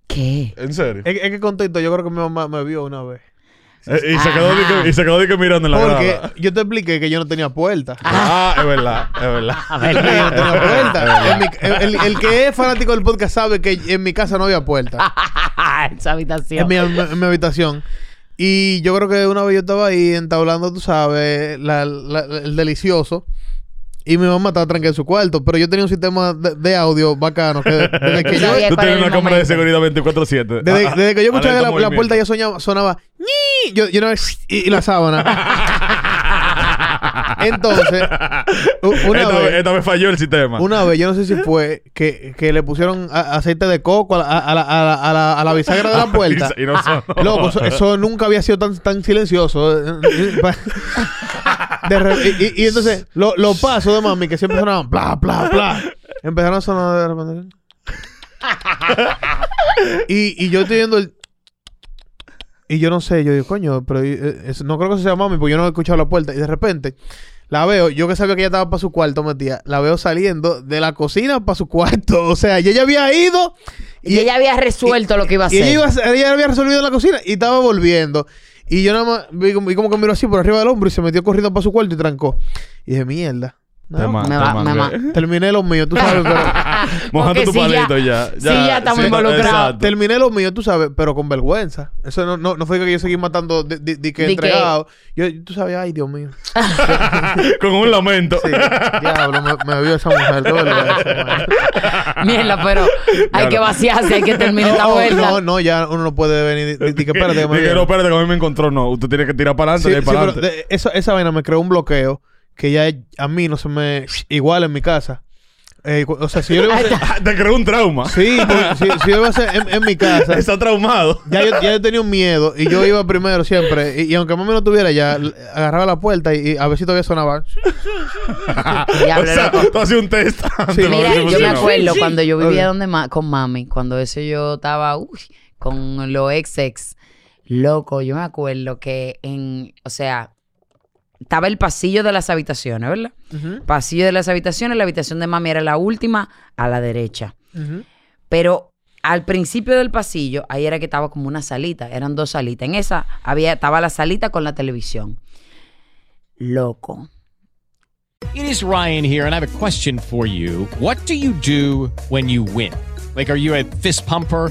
S3: ¿Qué?
S2: En serio.
S5: Es, es que contento, yo creo que mi mamá me vio una vez.
S2: Eh, y,
S3: Ah.
S2: se quedó, de que- y se quedó de que mirando en la
S5: Porque
S2: grada.
S5: yo te expliqué que yo no tenía puerta.
S2: Ah, es verdad, Ah, es
S3: [laughs]
S2: Ah, verdad.
S5: [laughs] Yo no tenía puerta. En mi- el, el- el que es fanático del podcast sabe que en mi casa no había puerta.
S3: [laughs] Esa habitación.
S5: En mi, en mi habitación. Y yo creo que una vez yo estaba ahí entablando, tú sabes, la- la- la- el delicioso. Y mi mamá estaba tranquila en su cuarto. Pero yo tenía un sistema de, de audio bacano. Que desde
S2: [laughs]
S5: que yo,
S3: Sabía
S2: Tú
S3: ¿Cuál era
S2: tienes una
S3: el
S2: cámara de
S3: momento?
S2: seguridad 24-7.
S5: Desde,
S2: Ah,
S5: desde que yo
S2: ah, alerta
S5: escuchaba que la, la
S2: movimiento.
S5: puerta ya soñaba, sonaba "Ñi". yo, yo una vez y, y la sábana. [laughs]
S2: [laughs]
S5: Entonces, u- una
S2: esta,
S5: vez,
S2: esta vez falló el sistema.
S5: una vez, yo no sé si fue que, que le pusieron a- aceite de coco a la, a la- a la- a la- a la bisagra de la puerta.
S2: Y no sonó.
S5: [laughs] Loco, eso, eso nunca había sido tan, tan silencioso. [laughs] De re- y, y- y entonces, lo- los pasos de mami que siempre sonaban bla, bla, bla, empezaron a sonar de repente. Y, y yo estoy viendo el. Y yo no sé, yo digo, coño, pero eh, eso- no creo que eso sea mami, porque yo no he escuchado la puerta. Y de repente, la veo, yo que sabía que ella estaba para su cuarto, metía, la veo saliendo de la cocina para su cuarto. [laughs] O sea, ella ya había ido.
S3: Y ella había resuelto lo que iba a
S5: Y
S3: hacer.
S5: ella, iba a hacer- ella había resolvido en la cocina y estaba volviendo. Y yo nada más vi como, vi como que miró así por arriba del hombro y se metió corriendo para su cuarto y trancó. Y dije, mierda. No,
S2: Te ma-
S3: Me
S2: te
S3: va- me
S2: mangué.
S3: va-
S5: [laughs] terminé
S3: [laughs]
S5: los míos, tú sabes, pero...
S2: Mojate
S3: Porque
S2: tu
S3: si ya-
S2: palito ya.
S3: si ya estamos involucrados.
S2: exacto.
S5: terminé los míos, tú sabes, pero con vergüenza. Eso no, no, no fue que yo seguí matando de, de- de que
S3: De que-
S5: entregado. Yo, tú sabes, ay, Dios mío.
S2: [laughs] Con un lamento.
S5: Sí, diablo, me, me vio esa mujer.
S3: [laughs]
S5: qué vergüenza, man.
S3: Mierda, pero hay
S2: Claro.
S3: que vaciarse, hay que
S5: [laughs]
S3: terminar esta
S5: No,
S3: vuelta.
S5: no, no, ya uno no puede venir. Ni,
S2: [laughs]
S5: que espérate, que me
S2: Dije,
S5: vieron.
S2: no, espérate, que a mí me encontró. No, usted tiene que tirar para
S5: Sí,
S2: adelante. de ahí
S5: sí,
S2: para
S5: pero
S2: adelante.
S5: de- esa, esa vaina me creó un bloqueo que ya a mí no se me... Igual en mi casa. Eh, cu- o sea, si yo lo iba a hacer...
S2: Ah, [laughs] Te creó un trauma.
S5: sí, porque si, si yo lo iba a hacer en, en mi casa...
S2: Está traumado.
S5: [laughs] Ya yo, ya yo tenía un miedo y yo iba primero siempre. Y, y aunque mami no tuviera, ya l- agarraba la puerta y, y a ver si todavía sonaba.
S2: o
S3: Diablo,
S2: sea,
S3: loco.
S2: tú hacías un test. antes para ver
S3: Mira, yo
S2: si
S3: me
S2: funcionaba.
S3: acuerdo cuando yo vivía
S5: Ok.
S3: donde ma- con mami, cuando eso yo estaba uy, con los ex ex. Loco, yo me acuerdo que en, o sea, estaba el pasillo de las habitaciones, ¿verdad? Pasillo de las habitaciones, la habitación de mami era la última a la derecha. Pero al principio del pasillo, ahí era que estaba como una salita, eran dos salitas. En esa había, estaba la salita con la televisión. Loco.
S6: It is Ryan here, and I have a question for you. What do you do when you win? Like, are you a fist pumper?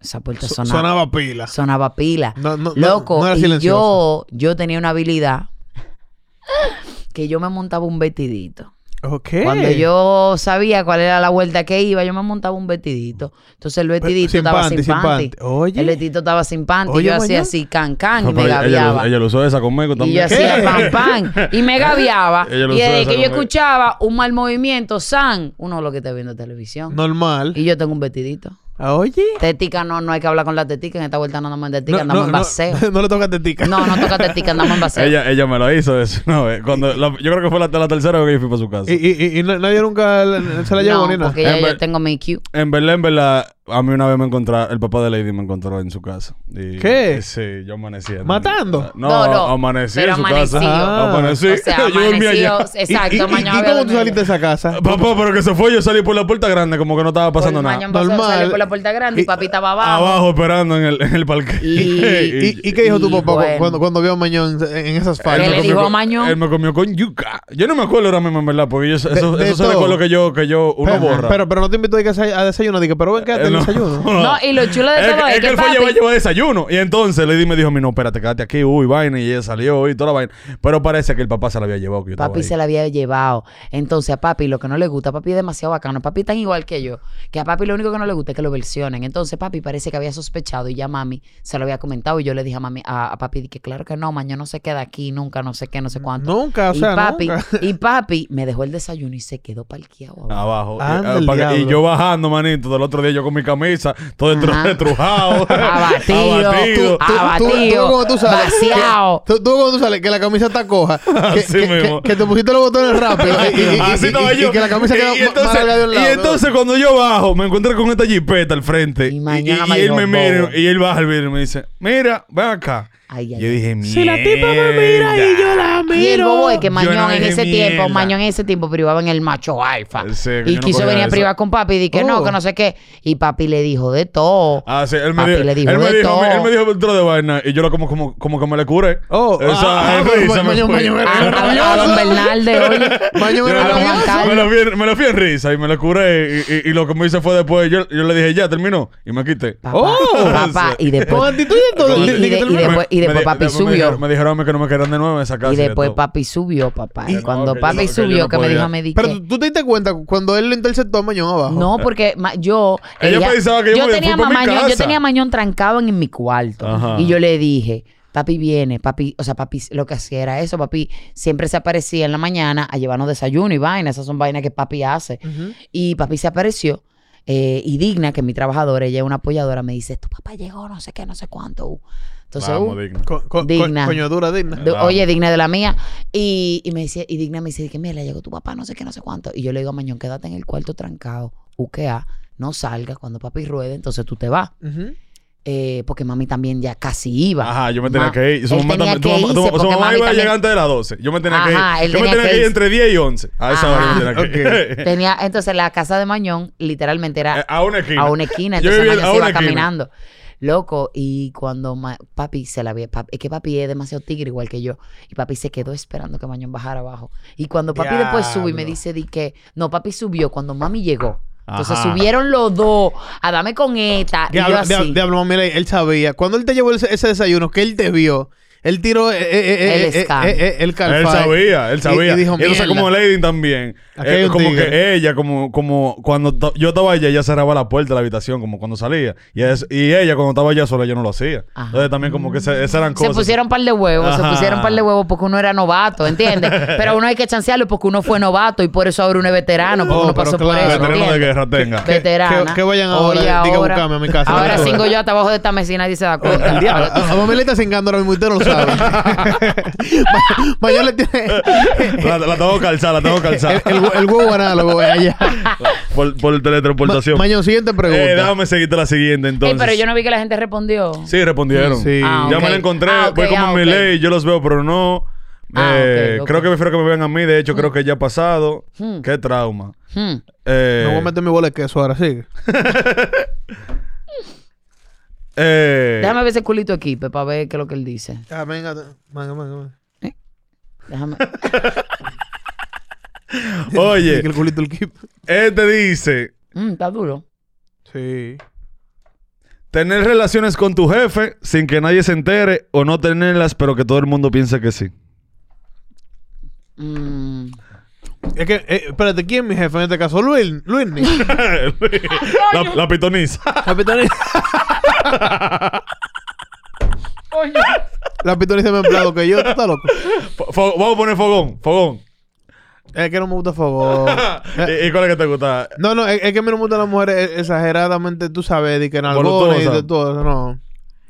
S3: Esa puerta
S5: Su-
S3: sonaba.
S5: sonaba pila.
S3: Sonaba pila.
S5: no,
S3: Loco,
S5: no era
S3: y
S5: silenciosa.
S3: yo, yo tenía una habilidad [laughs] que yo me montaba un vestidito.
S5: Ok.
S3: Cuando yo sabía cuál era la vuelta que iba, yo me montaba un vestidito. Entonces el vestidito
S5: sin
S3: estaba
S5: panty,
S3: sin
S5: sin
S3: panty.
S5: panty. Oye.
S3: El vestidito estaba sin panty.
S5: Oye,
S3: yo hacía
S5: Mayan.
S3: así, can can,
S2: No,
S3: y me
S2: pero ella, ella lo,
S3: gaviaba.
S2: ella lo usó esa conmigo
S3: Y
S2: también.
S3: yo
S2: [laughs]
S3: hacía pan pan. Y me gaviaba.
S2: Ella lo
S3: y
S2: usó
S3: desde
S2: esa
S3: que yo
S2: conmigo.
S3: escuchaba un mal movimiento, San, uno lo que está viendo en televisión.
S5: Normal. Ah,
S3: Y yo tengo un vestidito.
S5: Oye.
S3: Tetica no, no hay que hablar con la tetica. En esta vuelta no andamos en tetica, andamos en baseo.
S5: [laughs] No, le toca tetica.
S3: No, no toca tetica, andamos en baseo.
S2: Ella, ella me lo hizo eso. una vez. Cuando la- yo creo que fue la, la tercera vez que yo fui para su casa.
S5: Y, y, y- y na- nadie nunca le- se la llevó
S3: No,
S5: ni nada.
S3: porque
S2: Eh,
S3: ya yo tengo mi Q.
S2: En verdad, en verdad, a mí una vez me encontré, el papá de Lady me encontró en su casa. Y-
S5: ¿Qué?
S2: Sí, yo amanecí. en-
S5: ¿Matando?
S2: No,
S3: No, no,
S2: amanecí en
S3: pero
S2: su casa.
S3: amaneció.
S2: Ah, Amanecí.
S3: O sea,
S2: [laughs] yo dormí
S3: amaneció,
S2: allá.
S3: exacto,
S2: Y- y- y-
S3: mañana
S2: y-
S3: voy a dormir
S2: ¿cómo tú
S3: allá.
S2: saliste?
S5: de
S2: [laughs]
S5: esa casa.
S2: Papá, pero que se fue, yo salí por la puerta grande, como que no estaba pasando
S3: Mañana
S2: nada. Ah,
S3: pasó,
S5: Normal.
S3: salió por la puerta grande y papi estaba abajo.
S2: Abajo esperando en el, en el parque. [laughs]
S3: Y-
S5: ¿Y, y qué dijo tu
S3: Y
S5: papá cu-
S3: bueno.
S5: cuando, cuando vio a Mañón en, en esas
S2: Él
S5: fallas?
S2: me comió con- Él me comió con yuca. Yo no me acuerdo ahora mismo, en verdad, porque yo, eso, eso,
S5: de
S2: eso se
S5: todo.
S2: recuerdo que yo, que yo uno
S5: Pero,
S2: borra.
S5: pero, pero no te invitó a que se- a desayunar. Dije, pero ven, quédate
S2: Eh,
S5: en
S2: no. [laughs]
S5: el desayuno.
S3: No, y lo chulo de
S2: Es
S3: todo
S2: que,
S3: es,
S2: es que él fue a
S3: papi-
S2: llevar, llevar desayuno. Y entonces le di, me dijo, mi no, espérate, quédate aquí, uy, vaina, y ella salió y toda la vaina. Pero parece que el papá se la había llevado. Que yo estaba
S3: Papi
S2: ahí.
S3: se la había llevado. Entonces a papi lo que no le gusta, papi es demasiado bacano. Papi es tan igual que yo, que a papi lo único que no le gusta es que lo versionen. Entonces papi parece que había sospechado y ya mami se lo había comentado y yo le dije a mami, a, a papi, que claro que no, mañana no se queda aquí, nunca, no sé qué, no sé cuánto.
S5: Nunca, o
S3: y
S5: sea,
S3: papi,
S5: nunca.
S3: Y papi me dejó el desayuno y se quedó parqueado. abajo.
S2: Abajo. Y,
S5: Anda
S2: ah,
S5: el
S2: pa' que- y
S5: diablo.
S2: yo bajando, manito, del otro día yo con mi camisa, todo
S3: Ajá.
S2: [laughs] estrujado.
S3: [laughs] Abatido,
S2: abatido.
S3: tú- tú- Abatido,
S5: como tú sales,
S3: vaciado.
S5: que- Tú, tú como tú sales, que la camisa está coja. Que,
S2: [laughs] Así
S5: que-
S2: mismo.
S5: que- que te pusiste los botones rápido. y- y- y-
S2: Así
S5: y-
S2: estaba
S5: y-
S2: Ah, yo.
S5: Y que la camisa
S2: Y-
S5: quedó
S2: y
S5: más
S2: entonces-
S5: larga de un lado.
S2: Y entonces cuando yo bajo, me encontré con esta jipeta al frente. Y,
S3: mañana
S2: y-
S3: me
S2: y él
S3: dijo,
S2: me mira
S3: "Bobo".
S2: y él baja al vidrio y me dice, mira, ven acá. yo dije, mierda.
S3: Si la tipa me mira
S2: y yo
S5: la
S3: Y el bobo es que
S2: Yo
S3: Mañón
S2: no
S3: en
S2: dije
S3: ese
S2: mierda.
S3: tiempo, Mañón en ese tiempo privaba en el macho alfa.
S2: Sí, que yo
S3: y
S2: no
S3: quiso
S2: cogía
S3: venir a
S2: eso.
S3: privar con papi y dije que no,
S2: Oh.
S3: que no sé qué. Y papi le dijo de todo.
S2: Ah, sí, él me
S3: Papi
S2: dijo,
S3: le dijo
S2: él, me
S3: de
S2: dijo
S3: todo.
S2: él me dijo el trozo de vaina y yo lo como como como que me le curé.
S5: Oh,
S2: Esa-
S5: ah,
S2: esa
S5: ah,
S2: risa me
S5: Mañón,
S2: fue.
S5: Mañón era
S3: A, a- a don Bernalde, oye.
S5: Mañón
S2: Yo
S5: era
S2: me lo-
S3: Juan Carlos.
S2: me, lo fui, en- me lo fui en risa y me lo curé y, y- y lo que me hice fue después yo, yo le dije ya terminó y me quité. Oh,
S3: Papá, papá, y después-
S5: Con actitud y todo.
S3: Y-
S5: Ni-
S3: y
S5: ni
S3: de-
S5: que te
S3: y
S5: lo-
S3: después- y
S2: Me-
S3: después
S2: me-
S3: papi
S2: después me
S3: subió.
S2: dijeron- Me dijeron a mí que no me querían de nuevo en esa casa.
S3: Y después
S2: todo.
S3: papi subió, papá.
S2: Y-
S3: Cuando
S2: No, que yo
S3: papi
S2: no- que yo
S3: subió,
S2: no
S3: que, me dijo
S2: podía.
S3: a Medi
S5: Pero
S3: que-
S5: tú- tú te diste cuenta cuando él lo interceptó a Mañón abajo.
S3: No, porque ma- yo.
S2: Ella pensaba Eh. que yo me
S3: tenía
S2: fui pa' mi
S3: Mañón, Yo
S2: casa.
S3: tenía Mañón trancado en, en mi cuarto.
S2: Ajá.
S3: Y yo le dije, papi viene, papi. O sea, papi lo que hacía era eso. Papi siempre se aparecía en la mañana a llevarnos desayuno y vainas. Esas son vainas que papi hace. Y papi se apareció. eh, y digna, que mi trabajadora, ella es una apoyadora, me dice: Tu papá llegó, no sé qué, no sé cuánto. uh". Entonces,
S2: Vamos,
S3: uh,
S2: digno.
S5: Co- co- co-
S3: Digna.
S5: Coño dura, digna.
S3: de-
S2: Vamos.
S3: oye, digna de la mía. Y, y me dice, y digna me dice que mira, llegó tu papá, no sé qué, no sé cuánto. Y yo le digo a Mañón, quédate en el cuarto trancado, UKA, no salgas cuando papi ruede, entonces tú te vas.
S5: Ujú.
S3: Eh, porque mami también ya casi iba.
S2: Ajá, yo me tenía
S3: Ma-
S2: que ir. Su
S3: él
S2: mamá,
S3: tenía
S2: también- tu
S3: que
S2: mamá- tu-
S3: irse
S2: su
S3: porque
S2: mamá
S3: mami
S2: iba a
S3: también-
S2: llegar antes de las 12. Yo me tenía
S3: Ajá,
S2: que
S3: él
S2: ir. Yo me
S3: tenía
S2: tenía que
S3: que
S2: ir
S3: irse.
S2: entre 10 y 11. A esa hora yo
S3: Ajá.
S2: me tenía que ir.
S3: Tenía, entonces la casa de Mañón literalmente era
S2: Eh, a una esquina.
S3: a una esquina,
S2: Yo
S3: entonces
S2: vivía
S3: Mañón
S2: a
S3: se
S2: una
S3: iba
S2: esquina.
S3: caminando. Loco, y cuando ma- papi se la vio, es que papi es demasiado tigre igual que yo, y papi se quedó esperando que Mañón bajara abajo. Y cuando papi después sube y me
S5: Diablo.
S3: dice di que, no, papi subió cuando mami llegó. Entonces
S2: Ajá.
S3: subieron los dos a dame con esta. y yo
S5: Diablo,
S3: así.
S5: diablo, diablo, mira, él sabía. Cuando él te llevó ese, ese desayuno, que él te vio, él tiró eh, eh, eh,
S3: El
S5: eh, eh,
S3: scam.
S5: eh, eh, el calfai.
S2: Él sabía, él sabía.
S5: Y, y dijo,
S2: Y entonces
S5: "Mierda".
S2: como Lady también.
S5: Aquí hay
S2: eh,
S5: un
S2: como
S5: tigre.
S2: que ella, como, como cuando to- yo estaba allá, ella cerraba la puerta de la habitación, como cuando salía. Y, es- y ella, cuando estaba allá sola, yo no lo hacía.
S3: Ajá.
S2: Entonces también como que se, esas eran
S3: Se
S2: cosas.
S3: pusieron par de huevos, se
S2: Ajá.
S3: pusieron par de huevos porque uno era novato,
S2: [laughs]
S3: ¿entiendes? Pero uno hay que chancearlo porque uno fue novato y por eso ahora uno es veterano, porque
S5: Oh,
S3: uno
S5: pero
S3: pasó por
S5: claro.
S3: eso.
S2: Veterano de
S3: ¿entiendes?
S2: guerra, tenga.
S3: Que- Veterana.
S5: que- que vayan ahora,
S3: Oye,
S5: diga, buscame a mi casa.
S3: Ahora
S5: Ahora.
S3: cinco yo hasta abajo de esta mesina y se da
S5: El
S3: cuenta.
S5: diablo. A, a- a mami le está cingando ahora mismo y usted no
S2: [laughs]
S5: lo sabes. [laughs] Ma- mañana le tiene.
S2: La, la tengo calzada, la tengo calzada.
S5: El, el huevo análogo eh, allá.
S2: por, por teletransportación.
S5: Ma- Mañón, siguiente pregunta.
S2: Eh, déjame seguirte la siguiente
S3: Ey,
S2: entonces.
S3: pero yo no vi que la gente respondió.
S2: Sí, respondieron.
S5: Sí.
S3: Ah,
S2: Ya
S3: ok.
S2: me la encontré.
S3: Ah, ok,
S2: voy como
S3: ah,
S2: mi
S3: ok.
S2: ley, yo los veo, pero no.
S3: Ah,
S2: Eh,
S3: ok, ok.
S2: Creo que prefiero que me vean a mí. De hecho, creo que ya ha pasado.
S3: Hmm.
S2: Qué trauma.
S3: Hmm.
S2: Eh,
S5: Me voy a meter mi bola de queso ahora, sigue.
S2: eh,
S3: Déjame ver ese culito aquí, para ver qué es lo que él dice.
S5: Ah, venga, t- venga, venga, venga.
S2: [laughs]
S3: Déjame.
S2: Oye,
S5: [laughs] Que el culito del kip.
S2: este dice:
S3: Mm, está duro.
S5: Sí.
S2: tener relaciones con tu jefe sin que nadie se entere o no tenerlas, pero que todo el mundo piense que sí.
S3: Mm.
S5: Es que, eh, espérate, ¿quién es mi jefe en este caso? Luis. Luis.
S2: la, la pitoniza.
S5: La pitoniza. La pitoniza me ha empleado que yo, tú estás loco.
S2: Fo- fo- Vamos a poner fogón, fogón.
S5: Es que no me
S2: [laughs]
S5: gusta Eh, fogón.
S2: ¿Y, y cuál es que te gusta?
S5: No, no, es, es que a mí no me gustan las mujeres e- exageradamente, tú sabes, de que en algo y
S2: Voluptuosa.
S5: de todo eso, no.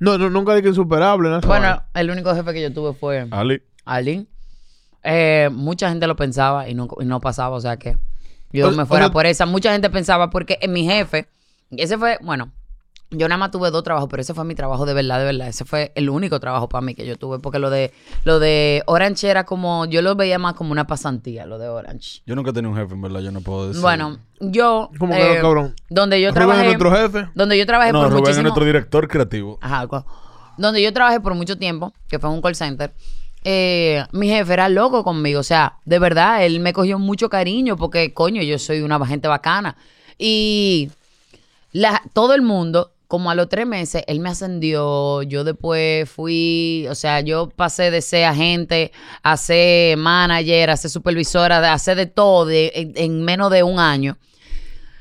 S5: No, no, nunca de que insuperable, ¿no?
S3: Bueno, el único jefe que yo tuve fue
S2: Ali.
S3: Ali. Eh, mucha gente lo pensaba y no, y no pasaba, o sea que yo
S5: O-
S3: me
S5: o
S3: fuera
S5: sea-
S3: por esa. Mucha gente pensaba porque en mi jefe, ese fue, bueno, yo nada más tuve dos trabajos, pero ese fue mi trabajo de verdad, de verdad. Ese fue el único trabajo para mí que yo tuve, porque lo de lo de Orange era como, yo lo veía más como una pasantía, lo de Orange.
S2: Yo nunca he tenido un jefe, en verdad, yo no puedo decir.
S3: Bueno, yo... eh,
S5: ¿Cómo que no, cabrón?
S3: Donde yo
S5: Rubén es
S3: trabajé...
S5: nuestro jefe.
S3: Donde yo trabajé
S2: no,
S3: por
S2: Rubén es
S3: muchísimo- Ah,
S2: nuestro director creativo.
S3: Ajá, algo. Donde yo trabajé por mucho tiempo, que fue en un call center, eh, mi jefe era loco conmigo. O sea, de verdad, él me cogió mucho cariño porque, coño, yo soy una gente bacana. Y la- todo el mundo, como a los tres meses, él me ascendió. Yo después fui, o sea, yo pasé de ser agente a ser manager, a ser supervisora, de- a ser de todo de- en- en menos de un año.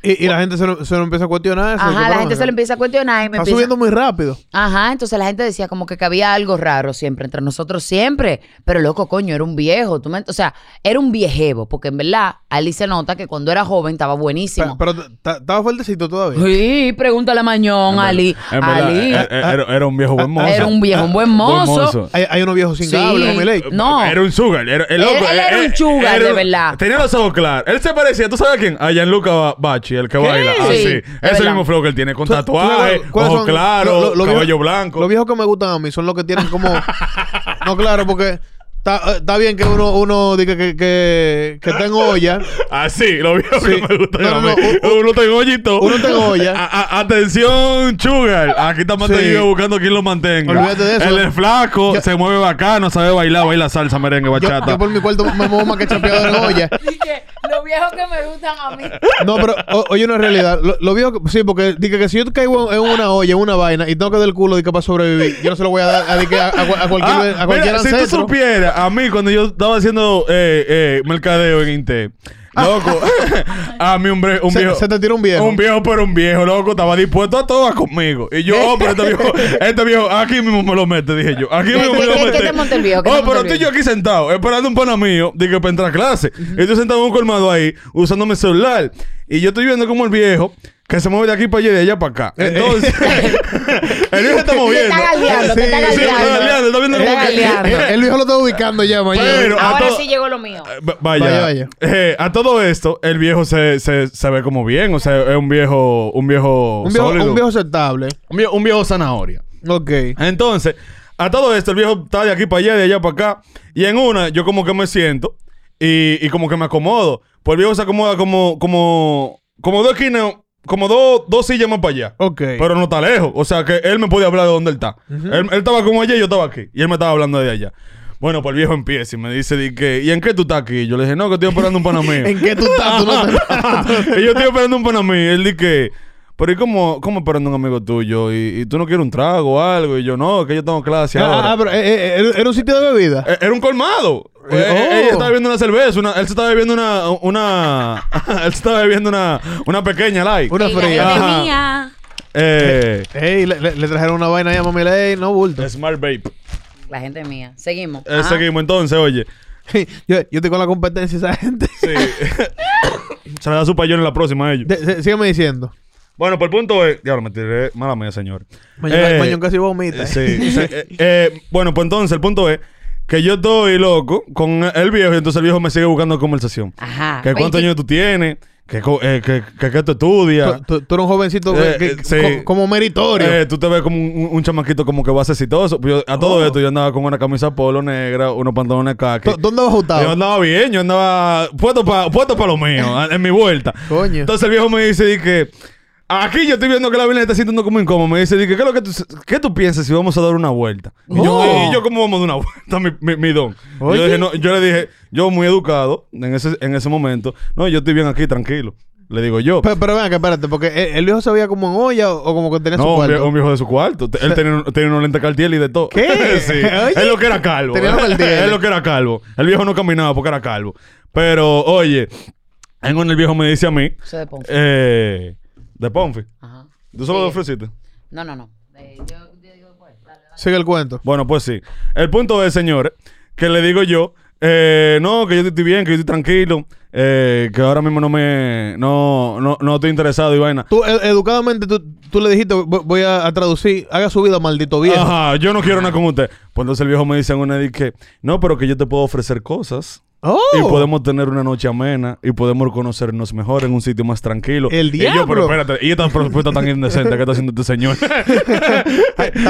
S5: Y, y la gente se lo, se lo empieza a cuestionar eso.
S3: Ajá,
S5: que,
S3: la
S5: pero,
S3: gente se lo empieza a cuestionar y me
S5: Está
S3: empieza-
S5: subiendo muy rápido.
S3: Ajá, entonces la gente decía como que, que había algo raro siempre entre nosotros, siempre. Pero loco, coño, era un viejo. ¿tú me ent- O sea, era un viejevo, porque en verdad, Ali se nota que cuando era joven estaba
S5: Pe-
S3: buenísimo.
S5: Pero t- t- estaba fuertecito todavía.
S3: sí, pregúntale a Mañón, Ali.
S2: En verdad,
S3: Ali Ah,
S2: eh, eh, era, era un viejo buen mozo.
S3: era un viejo, un buen mozo.
S5: Hay, hay unos viejos sin
S3: Sí.
S5: cable, con mi
S2: Eh,
S5: ley.
S3: No.
S2: Era un sugar. Era,
S3: Él-
S2: el loco,
S3: él
S2: eh,
S3: era un
S2: eh,
S3: sugar, de verdad.
S2: Tenía los ojos claros. Él se parecía, ¿tú sabes a quién? A Gianluca Ba- Bachi, el que baila. Ah,
S3: Sí,
S2: sí.
S3: es
S2: Ese
S3: verdad.
S2: mismo flow que él tiene, con
S5: ¿Tú- tú sabes
S2: tatuaje,
S5: cuáles
S2: ojos
S5: son
S2: claros,
S5: lo- lo- lo
S2: cabello
S5: viejo-
S2: blanco.
S5: Los viejos que me gustan a mí son los que tienen como. [laughs] no, claro, porque está, eh, está bien que uno, uno diga que, que, que tenga olla.
S2: Así, Ah, lo viejo
S5: Sí.
S2: que me gusta
S5: No, no,
S2: a mí.
S5: no, u-
S2: uno tengo hoyito.
S5: uno tengo olla.
S2: A- a- atención, sugar. Aquí está mantenido
S5: Sí.
S2: buscando quién lo mantenga.
S5: Olvídate de eso.
S2: Él es flaco,
S5: Yo-
S2: se mueve bacano, sabe bailar, baila salsa, merengue,
S5: Yo,
S2: bachata.
S5: yo por mi cuarto me muevo más que chapeado en olla.
S3: Los viejos que me gustan a mí.
S5: No, pero o- oye, una realidad. Lo, lo viejo. que- Sí, porque dije que si yo caigo en una olla, en una vaina, y tengo que dar el culo de que para sobrevivir, yo no se lo voy a dar a, di que a- a cua- a cualquier,
S2: Ah,
S5: a cualquier
S2: mira, si tú
S5: ancestro.
S2: supieras, a mí cuando yo estaba haciendo eh, eh, mercadeo en Inte, loco, [laughs] a mí un, bre- un
S5: Ah. Se-
S2: viejo.
S5: se te tiró un viejo.
S2: Un viejo, pero un viejo, loco, estaba dispuesto a todas conmigo. Y yo, oh, pero este
S5: [laughs]
S2: viejo, este viejo, aquí mismo me lo mete, dije yo. Aquí
S3: ¿Qué-
S2: mismo me
S3: qué-
S2: lo
S3: qué-
S2: mete.
S3: qué te monta este, el viejo? ¿Qué te
S2: oh,
S3: monta
S2: pero
S3: el
S2: estoy
S3: viejo?
S2: yo aquí sentado, esperando un pana mío, dije, para entrar a clase. Y yo sentado en un colmado ahí, usando mi celular. Y yo estoy viendo como el viejo. Que se mueve de aquí para allá y de allá para
S5: Eh,
S2: acá.
S5: [laughs]
S2: Entonces, [laughs] el viejo se está moviendo.
S3: Te está galeando, te está
S2: Sí, sí, está
S3: galeando.
S2: galeando, está viendo
S3: Te está
S2: como que- [laughs]
S3: galeando.
S5: El- El viejo lo está ubicando ya, mañana.
S2: Pero a
S3: Ahora
S2: todo-
S3: sí llegó lo mío.
S2: eh, va- Vaya,
S5: Vaya, vaya.
S2: Eh, a todo esto, el viejo se, se, se ve como bien. O sea, es un viejo, un viejo
S5: un, viejo,
S2: sólido.
S5: un viejo aceptable.
S2: Un viejo- un viejo zanahoria.
S5: Ok.
S2: Entonces, a todo esto, el viejo está de aquí para allá, de allá para acá. Y en una, yo como que me siento y, y como que me acomodo. Pues el viejo se acomoda como, como, como dos esquinas, como dos, dos sillas más para allá.
S5: Ok.
S2: Pero no está lejos. O sea que él me puede hablar de dónde él está. él, él estaba como allá y yo estaba aquí. Y él me estaba hablando de allá. Bueno, pues el viejo empieza y me dice, di que, ¿y en qué tú estás aquí? Yo le dije, no, que estoy esperando un pana mío.
S5: [laughs] ¿En qué tú estás? Ah, Tú no [laughs]
S2: [laughs]
S5: te-
S2: y yo estoy esperando un pana mío. Y él dice que, pero ¿y cómo, cómo esperando a un amigo tuyo? ¿Y, y tú no quieres un trago o algo? Y yo, no, que yo tengo clase ahora.
S5: Ah, pero eh, eh, era- era un sitio de bebida.
S2: Eh, Era un colmado.
S5: Eh,
S2: Eh, eh,
S5: oh.
S2: Ella estaba bebiendo una cerveza, una- él se estaba bebiendo una, una, [laughs] él se estaba bebiendo una, una pequeña light.
S5: Una fría.
S2: Ajá. Eh,
S5: Ey, le, le- le trajeron una vaina ahí a Mami Ley, no bulto.
S2: Smart Vape.
S3: La gente mía. Seguimos. Ah,
S2: Eh,
S3: Ajá.
S2: seguimos entonces, oye.
S5: [laughs] yo, yo estoy con la
S2: [laughs]
S5: [laughs] competencia de esa gente.
S2: Sí. se le da su payón en la próxima a ellos.
S5: De- de- sígueme diciendo.
S2: Bueno, pues el punto es. Diablo, me tiré. Mala mía, señor.
S5: Mañón- Mañón casi vomita.
S2: Sí. sí, eh, eh, bueno, pues entonces el punto es que yo estoy loco con el viejo y entonces el viejo me sigue buscando conversación.
S3: Ajá.
S2: Que cuántos
S3: Oye,
S2: años tú tienes, que, co- eh, que, que, que tú estudias.
S5: Tú, tú eres un jovencito que- que- co- como meritorio.
S2: Eh, tú te ves como un, un chamaquito como que va a ser exitoso. Yo- a
S5: Oh.
S2: todo esto yo andaba con una camisa polo negra, unos pantalones caqui.
S5: ¿Dónde vas ajustado?
S2: Yo andaba bien, yo andaba puesto para puesto pa lo mío, a- en mi vuelta.
S5: Coño.
S2: Entonces el viejo me dice di que aquí yo estoy viendo que la Virgen está sintiendo como incómodo. Me dice, di que, ¿qué es lo que tú, qué tú piensas si vamos a dar una vuelta? Y, yo,
S5: Oh.
S2: y yo, ¿cómo vamos a dar una [laughs] vuelta, mi, mi- mi don? Y Yo,
S5: Oye.
S2: dije, no, yo le dije, yo muy educado en ese, en ese momento. No, yo estoy bien aquí, tranquilo. Le digo yo.
S5: Pero, pero ven acá, espérate, porque eh, el, el viejo se veía como en olla o, o como que tenía su
S2: No, un vie-
S5: cuarto.
S2: un viejo de su cuarto. Te- Él tenía, un- tenía unos lentes cartiel y de todo. [laughs]
S5: ¿Qué?
S2: sí.
S5: Oye.
S2: Él lo que era calvo.
S5: Tenía los
S2: [laughs]
S5: Cartier.
S2: Él lo que era calvo. El viejo no caminaba porque era calvo. Pero, oye, en un el viejo me dice a mí.
S3: Soy de Ponce.
S2: Eh, de Ponfi.
S3: Ajá.
S2: ¿Tú solo lo
S3: Sí.
S2: ofreciste?
S3: No, no, no.
S2: Sigue el cuento. Bueno, pues sí. El punto es, señores, que le digo yo, eh, no, que yo estoy bien, que yo estoy tranquilo, eh, que ahora mismo no me, no, no, no estoy interesado y vaina.
S5: Tú, e- educadamente, tú, tú le dijiste, "Vo- voy a, a traducir, haga su vida, maldito viejo.
S2: Ajá, yo no quiero nada con usted. Pues entonces el viejo me dice en una di que, no, pero que yo te puedo ofrecer cosas.
S5: Oh.
S2: Y podemos tener una noche amena y podemos conocernos mejor en un sitio más tranquilo.
S5: El
S2: Y yo, pero
S5: diablo.
S2: espérate, y esta propuesta tan indecente que está haciendo este
S5: [laughs]
S2: señor.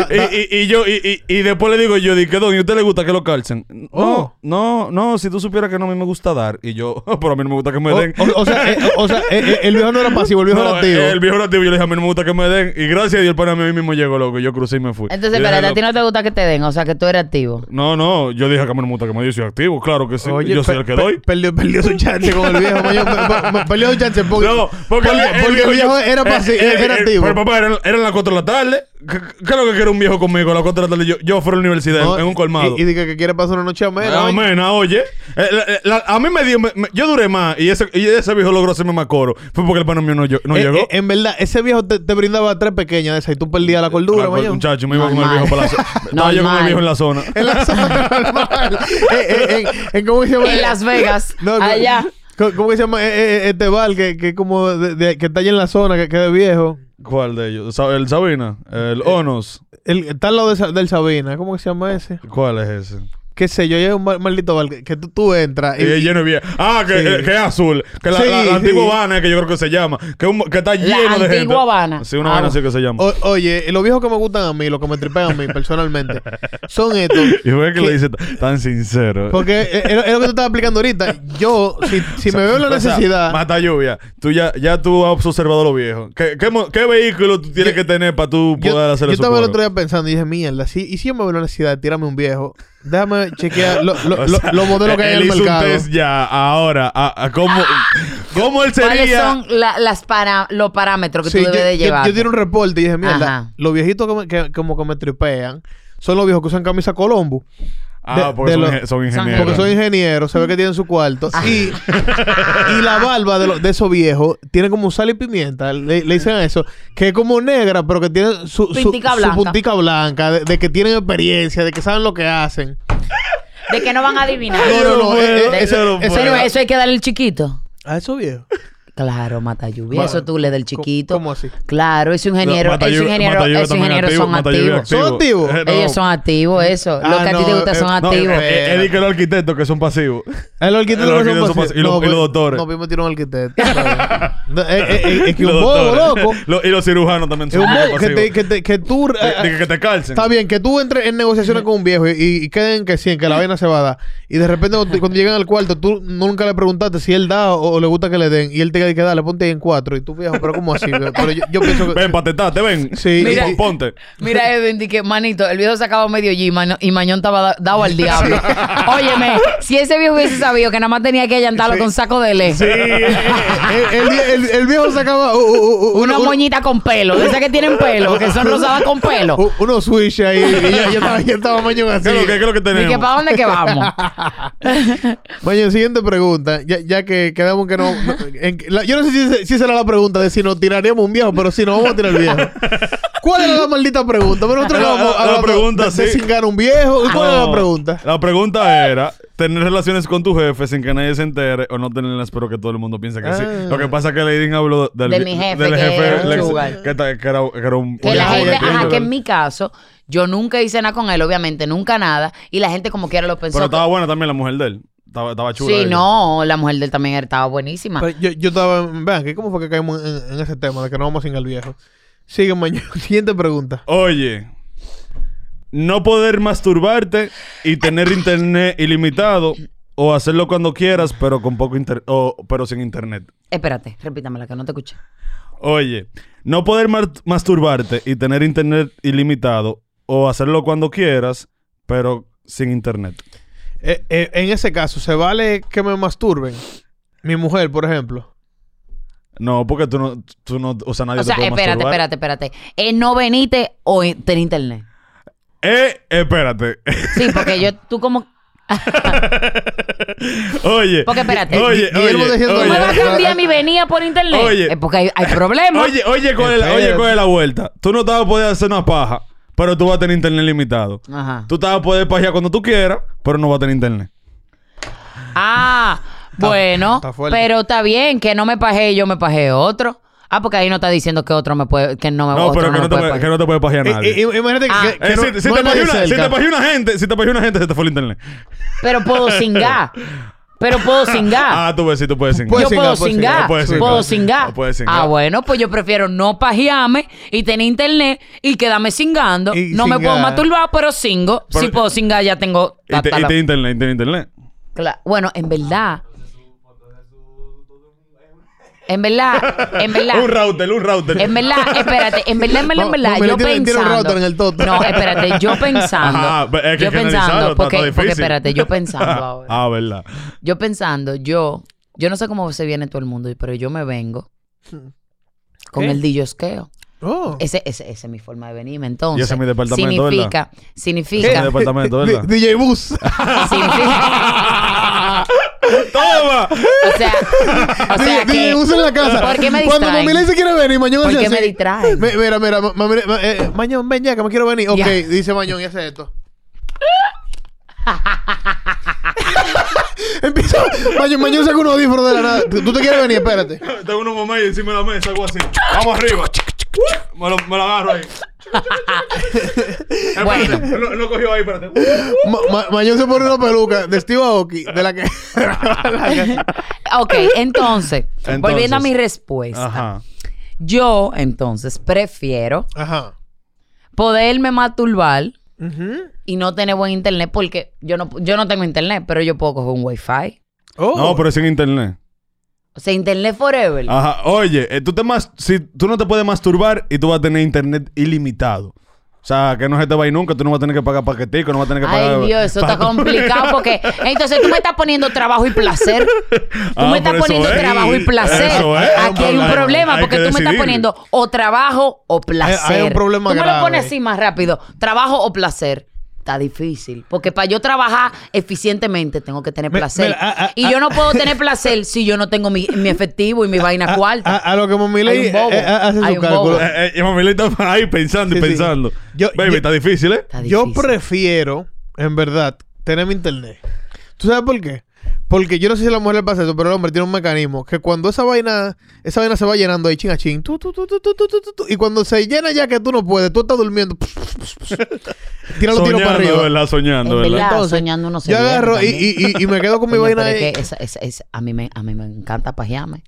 S2: y, y- y yo, y, y- y después le digo yo, di que don, ¿y a usted le gusta que lo calcen? No,
S5: Oh.
S2: no, no, si tú supieras que no a mí me gusta dar. Y yo, [laughs] pero a mí no me gusta que me
S5: O,
S2: den.
S5: o- o sea, eh, o sea, eh, eh, el viejo no era pasivo, el viejo
S2: [laughs] No,
S5: era activo.
S2: El viejo era activo. Yo le dije, a mí no me gusta que me den. Y gracias a Dios, el pana a mí mismo llegó, loco. Yo crucé y me fui.
S3: Entonces,
S2: Yo dije,
S3: espérate, a
S2: "Loco,
S3: ti no te gusta que te den, o sea, que tú eres activo.
S2: No, no, yo dije que a mí no me gusta que me den, yo soy activo, claro que sí.
S5: Oye,
S2: yo soy
S5: pe-
S2: el que
S5: pe-
S2: doy.
S5: Perdió, perdió su chance con el viejo. mayor. Pe- pe- perdió su chance porque,
S2: No, porque,
S5: porque- porque el viejo era pasivo,
S2: eh, eh,
S5: era
S2: eh,
S5: activo.
S2: Pero papá, eran, eran las 4 de la tarde. ¿Qué qué es lo que quiere un viejo conmigo? A las 4 de la tarde yo, yo fuera a la universidad
S5: No,
S2: en, en un colmado.
S5: Y, y dije que quiere pasar una noche amena.
S2: Ah,
S5: oye.
S2: Amena, oye. Eh, la- eh, la- a mí me dio. me- me- yo duré más y ese, y ese viejo logró hacerme más coro. Fue porque el pano mío no, lle- no
S5: Eh,
S2: llegó.
S5: eh, en verdad, ese viejo te, te brindaba tres pequeñas de esas y tú perdías la cordura,
S2: Ah, pues,
S5: mayor.
S2: Muchacho, me iba con el viejo para la zona. Estaba yo con el
S5: Normal.
S2: viejo en la zona.
S5: [laughs] Eh, eh, en- en- ¿Cómo que se llama?
S3: En Las
S5: [laughs]
S3: Vegas,
S5: ¿cómo-
S3: allá.
S5: ¿Cómo, cómo que se llama eh, eh, eh, este bar que, que como de- de- que está allá en la zona, que, que es viejo?
S2: ¿Cuál de ellos? Sa- ¿El Sabina? ¿El Onos?
S5: El, está al lado de Sa- del Sabina. ¿Cómo que se llama ese?
S2: ¿Cuál es ese?
S5: Qué sé yo, ya es un mal- maldito bar que, que tú, tú entras
S2: Y es lleno de vie- Ah, que,
S5: Sí.
S2: eh, que es azul. Que la,
S5: Sí,
S2: la- la antigua
S5: sí.
S2: Habana, que yo creo que se llama. Que, un- que está lleno de gente.
S3: antigua Habana.
S2: Sí, una Habana así que se llama.
S5: Ah, O- oye, los viejos que me gustan a mí, los que me tripean a mí
S2: [laughs]
S5: personalmente, son estos.
S2: y fue que
S5: que-
S2: lo dice t- tan sincero.
S5: Porque eh, es lo- es lo que tú estabas explicando ahorita. Yo, si,
S2: [laughs]
S5: si me veo en la
S2: O sea,
S5: necesidad.
S2: mata lluvia. Tú ya, ya tú has observado lo viejo. ¿Qué, qué, mo- qué vehículo tú tienes que tener para tú
S5: Yo,
S2: poder hacer
S5: yo
S2: eso?
S5: estaba el otro día pensando y dije, mierda, si, y si yo me veo en la necesidad de tirarme un viejo, déjame chequear lo-
S2: [laughs]
S5: lo- lo- los modelos que hay en el mercado. Ah,
S2: Él hizo un test ya, ahora. A, a cómo, ¿Cómo él
S3: ¿Cuáles
S2: sería?
S3: son la- las para, los parámetros que
S5: Sí,
S3: tú
S5: yo,
S3: debes de
S5: yo-
S3: llevar?
S5: yo tiré un reporte y dije, mierda,
S3: Ajá.
S5: los viejitos que, me- que- como que me tripean son los viejos que usan camisa Colombo.
S2: Ah, porque son inge- son ingenieros.
S5: Porque son ingenieros, se ve que tienen su cuarto.
S3: Ah.
S5: Y, y la barba de, los- de esos viejos tiene como sal y pimienta, le, le dicen eso, que es como negra, pero que tiene su, su,
S3: Puntica
S5: su
S3: blanca.
S5: puntica blanca, de, de que tienen experiencia, de que saben lo que hacen.
S3: De que no van a adivinar.
S5: No, no, no, eh, eh, eso- eso-
S3: Pero eso hay que darle el chiquito.
S5: A esos viejos.
S3: Claro, mata lluvia.
S5: Ma-
S3: Eso tú le das el
S5: ¿Cómo-
S3: chiquito.
S5: ¿Cómo así?
S3: Claro, esos
S5: No,
S3: ingenieros,
S5: Mata
S3: esos
S5: Lluvia-
S3: ingenieros,
S5: Mata Lluvia
S3: esos
S5: también
S3: ingenieros
S5: activo,
S3: son
S5: Mata Lluvia
S3: activos.
S5: activo. ¿Son activos? Eh, no.
S3: Ellos son activos, eso.
S5: Ah,
S3: Los que a ti te
S5: no,
S3: gusta
S5: eh,
S3: son
S5: no,
S3: activos.
S2: Eh, Eddie, que los arquitectos que son pasivos.
S5: El arquitecto
S2: Los
S5: no son
S2: arquitectos son
S5: paci-
S2: paci- y los-
S5: No,
S2: y los
S5: pues-
S2: doctores.
S5: No, pues me tiró un arquitecto.
S2: [laughs]
S5: No, eh, eh, eh, es que
S2: Los
S5: un bobo,
S2: doctores.
S5: loco.
S2: Lo- y los cirujanos también
S5: Es un
S2: son muy
S5: bobo que,
S2: pasivos.
S5: te, que, te- que tú. eh,
S2: De- de que te calcen.
S5: Está bien, que tú entres en negociaciones con un viejo y, y queden que sí, en que la vaina se va a dar. Y de repente cuando, cuando llegan al cuarto, tú nunca le preguntaste si él da o, o le gusta que le den. Y él te dice que dale, ponte ahí en cuatro. Y tú, viejo, pero ¿cómo así? Pero yo, yo pienso que.
S2: Ven,
S5: [laughs]
S2: patetate, ven.
S5: Sí.
S2: Ven,
S5: Mira.
S2: pon- ponte. [laughs]
S3: Mira, Edwin, di que manito, el viejo sacaba medio G y Maño- y Mañón estaba da- dado al
S2: [laughs]
S3: diablo. Óyeme, si ese viejo hubiese sabido que nada más tenía que allantarlo con saco de lejos.
S5: el, el- el viejo sacaba u- u- u-
S3: Una
S5: un-
S3: moñita con pelo, de esas que tienen pelo, que son rosadas con pelo.
S5: u- unos swish ahí. Y ya, ya estaba, ya estaba mañón así.
S2: ¿Qué es lo que, qué es lo que
S3: Di
S2: tenemos?
S3: que, ¿para dónde que
S2: [laughs]
S3: vamos?
S5: Maño, siguiente pregunta. Ya, ya que quedamos que no. no- en- la- yo no sé si, se- si será la pregunta de si nos tiraríamos un viejo, pero si no, vamos a tirar el viejo. ¿Cuál era la maldita pregunta? Pero nosotros
S2: La- la-
S5: íbamos
S2: la
S5: hablando
S2: pregunta,
S5: de- de
S2: sí.
S5: cingar un viejo. ¿Y ¿Cuál era la
S2: No,
S5: pregunta?
S2: La pregunta era tener relaciones con tu jefe sin que nadie se entere o no tenerlas, pero que todo el mundo piense que sí.
S5: Ah.
S2: Lo que pasa es que Leidin habló del,
S3: De mi jefe,
S2: del
S3: que era un
S2: Lex-
S3: sugar.
S2: que, ta- que era, que era un
S3: Que la
S2: un
S3: gente,
S2: viejo,
S3: ajá, que
S2: pero-
S3: en mi caso, yo nunca hice nada con él, obviamente, nunca nada. Y la gente como quiera lo pensó.
S2: Pero estaba buena también la mujer de él. Estaba, estaba chula.
S3: sí,
S2: ella.
S3: no, la mujer de él también estaba buenísima.
S5: Pero yo, yo estaba. Vean, que ¿cómo fue que caímos en, en ese tema de que no vamos sin el viejo? Sigue mañana. [laughs] Siguiente pregunta.
S2: Oye, no poder masturbarte y tener internet ilimitado o hacerlo cuando quieras, pero con poco inter- o, pero sin internet.
S3: Espérate, repítamela, que no te escuché.
S2: Oye, no poder mar- masturbarte y tener internet ilimitado o hacerlo cuando quieras, pero sin internet.
S5: Eh, eh, en ese caso, ¿se vale que me masturben? Mi mujer, por ejemplo.
S2: No, porque tú no, tú no, o sea, nadie
S3: O
S2: te
S3: sea,
S2: puede
S3: espérate,
S2: masturbar.
S3: espérate, espérate. Eh, no veniste o eh, tener internet.
S2: Eh, espérate. [laughs]
S3: Sí, porque yo, tú como.
S2: oye.
S3: Porque espérate.
S2: Oye,
S3: Guillermo
S2: oye,
S3: diciendo,
S2: oye.
S3: ¿Cómo va a cambiar mi venía por internet?
S2: Oye.
S3: Eh, porque hay, hay problemas.
S2: Oye, oye, ¿cuál es la, oye, ¿cuál es la vuelta? Tú no te vas a poder hacer una paja, pero tú vas a tener internet limitado.
S3: Ajá.
S2: Tú te vas a poder pajear cuando tú quieras, pero no vas a tener internet.
S3: Ah, bueno,
S2: está fuerte.
S3: pero está bien que no me paje yo, me paje otro. Ah, porque ahí no está diciendo que otro me puede, que no me
S2: No,
S3: otro
S2: pero
S3: me
S2: que no, te
S3: puede
S2: puede,
S3: pajear.
S2: que no te puede pajear
S5: Eh,
S2: nadie.
S5: eh, imagínate que- que, que
S2: Eh,
S5: no-
S2: si, si
S5: no
S2: te
S5: hay nadie
S2: pajeó una, si
S5: cerca.
S2: te pajeó una gente, si te pajeó una gente, se te fue el internet.
S3: Pero
S2: [laughs]
S3: puedo singar. Pero puedo singar.
S2: Ah, tú ves, sí, tú puedes singar.
S3: yo puedo singar.
S2: Puedes
S3: Puedo singar.
S2: Puedes
S3: Ah,
S2: singar.
S3: bueno, pues yo prefiero no pajearme y tener internet y quedarme singando.
S2: Y
S3: no me
S2: singar.
S3: puedo masturbar, pero singo.
S2: Pero-
S3: si puedo singar, ya tengo.
S2: Y te, y te internet, y te internet.
S3: Ah. Cla- Bueno, en verdad. En verdad, en verdad.
S2: [laughs] Un router, un router.
S3: En verdad, espérate, en verdad, en verdad, en verdad,
S5: Mamá,
S3: yo
S5: tiene- tiene un
S3: pensando.
S5: router en el toto.
S3: No, espérate,
S2: [laughs]
S3: yo pensando.
S2: Ajá, pero es que
S3: yo
S2: hay que analizarlo,
S3: pensando,
S2: está-
S3: porque, porque
S2: está difícil.
S3: espérate, yo pensando ahora.
S2: [laughs] Ah, verdad.
S3: Yo pensando, yo, yo no sé cómo se viene todo el mundo, pero yo me vengo con
S2: ¿Qué?
S3: el dillosqueo.
S5: Oh.
S3: Ese, ese, esa es mi forma de venirme. Entonces,
S2: Y ese es mi departamento, ¿verdad?
S3: significa, significa,
S2: Ese es mi departamento, ¿verdad?
S5: Di- DJ Bus.
S2: ¡Toma!
S3: O sea,
S2: [laughs]
S3: o sea
S5: Di-
S3: que,
S5: DJ Bus en la casa.
S3: ¿Por qué me
S5: Cuando
S3: distraen?
S5: Mamilén se quiere venir, Mañón
S3: ¿Por
S5: hace
S3: qué me
S5: así.
S3: distraen?
S5: Me- Mira, mira, ma- ma- ma- eh, Mañón, ven ya, que me quiero venir. Ok,
S3: Ya.
S5: dice Mañón y
S3: [laughs]
S5: hace esto. Empieza. Mañón, Mañón saca un audífono de la nada. Tú tú te quieres venir, espérate.
S2: Tengo uno mamá y encima de la mesa, algo así. Vamos arriba. Me lo, me lo agarro ahí.
S3: Bueno.
S2: Espérate, no, no cogió ahí, espérate.
S5: Ma- ma- Mañón se pone una peluca de Steve Aoki, de la que.
S3: [laughs] ok, entonces,
S5: Entonces.
S3: volviendo a mi respuesta.
S5: Ajá.
S3: Yo, entonces, prefiero
S5: Ajá.
S3: poderme masturbar y no tener buen internet porque yo no, yo no tengo internet, pero yo puedo coger un wifi.
S2: No, pero sin internet.
S3: O sea, internet forever.
S2: Ajá. Oye, eh, tú, te mas- si, tú no te puedes masturbar y tú vas a tener internet ilimitado. O sea, que no se te va a ir nunca, tú no vas a tener que pagar paquetico, no vas a tener que pagar.
S3: Ay, Dios, eso está
S2: pa-
S3: complicado porque entonces tú me estás poniendo trabajo y placer.
S2: [laughs]
S3: Tú
S2: Ah,
S3: me estás
S2: pero eso
S3: poniendo
S2: es.
S3: trabajo y placer.
S2: Eso es.
S3: Aquí hay un
S2: Hay-
S3: problema
S2: hay
S3: porque
S2: que
S3: tú me estás
S2: decidir.
S3: poniendo o trabajo o placer.
S5: Hay- hay un problema
S3: Tú me
S5: grave.
S3: lo pones así más rápido, trabajo o placer. Está difícil, porque para yo trabajar eficientemente tengo que tener placer.
S5: mira, ah, Ah, ah,
S3: y yo no puedo tener placer si yo no tengo mi, mi efectivo y mi vaina cuarta.
S5: A, a lo que
S3: Hay
S5: Mamiley
S3: un bobo.
S5: hace
S3: Hay
S5: su
S3: un bobo.
S5: cálculo.
S2: [laughs] Eh, eh, y mami, le está ahí pensando y
S5: Sí, sí.
S2: pensando.
S5: Yo-
S2: Baby,
S5: yo-
S2: está difícil, ¿eh?
S5: Yo prefiero, en verdad, tener mi internet. ¿Tú sabes por qué? Porque yo no sé si a la mujer le pasa eso, pero el hombre tiene un mecanismo que cuando esa vaina, esa vaina se va llenando ahí ching a chin, tu, tu, tu, tu, tu, tu, tu, tu, tu, y cuando se llena ya que tú no puedes, tú estás durmiendo, tira los tiros
S2: soñando,
S5: para arriba.
S2: ¿verdad? Soñando,
S3: En
S2: ¿verdad?
S3: verdad,
S5: Entonces,
S3: soñando uno se
S5: yo agarro
S3: duerme
S5: y-
S3: también.
S5: y- y- y me quedo con mi
S3: Coño,
S5: vaina
S3: pero es
S5: ahí.
S3: que esa- esa- esa- a, mí me, a mí me encanta pajearme.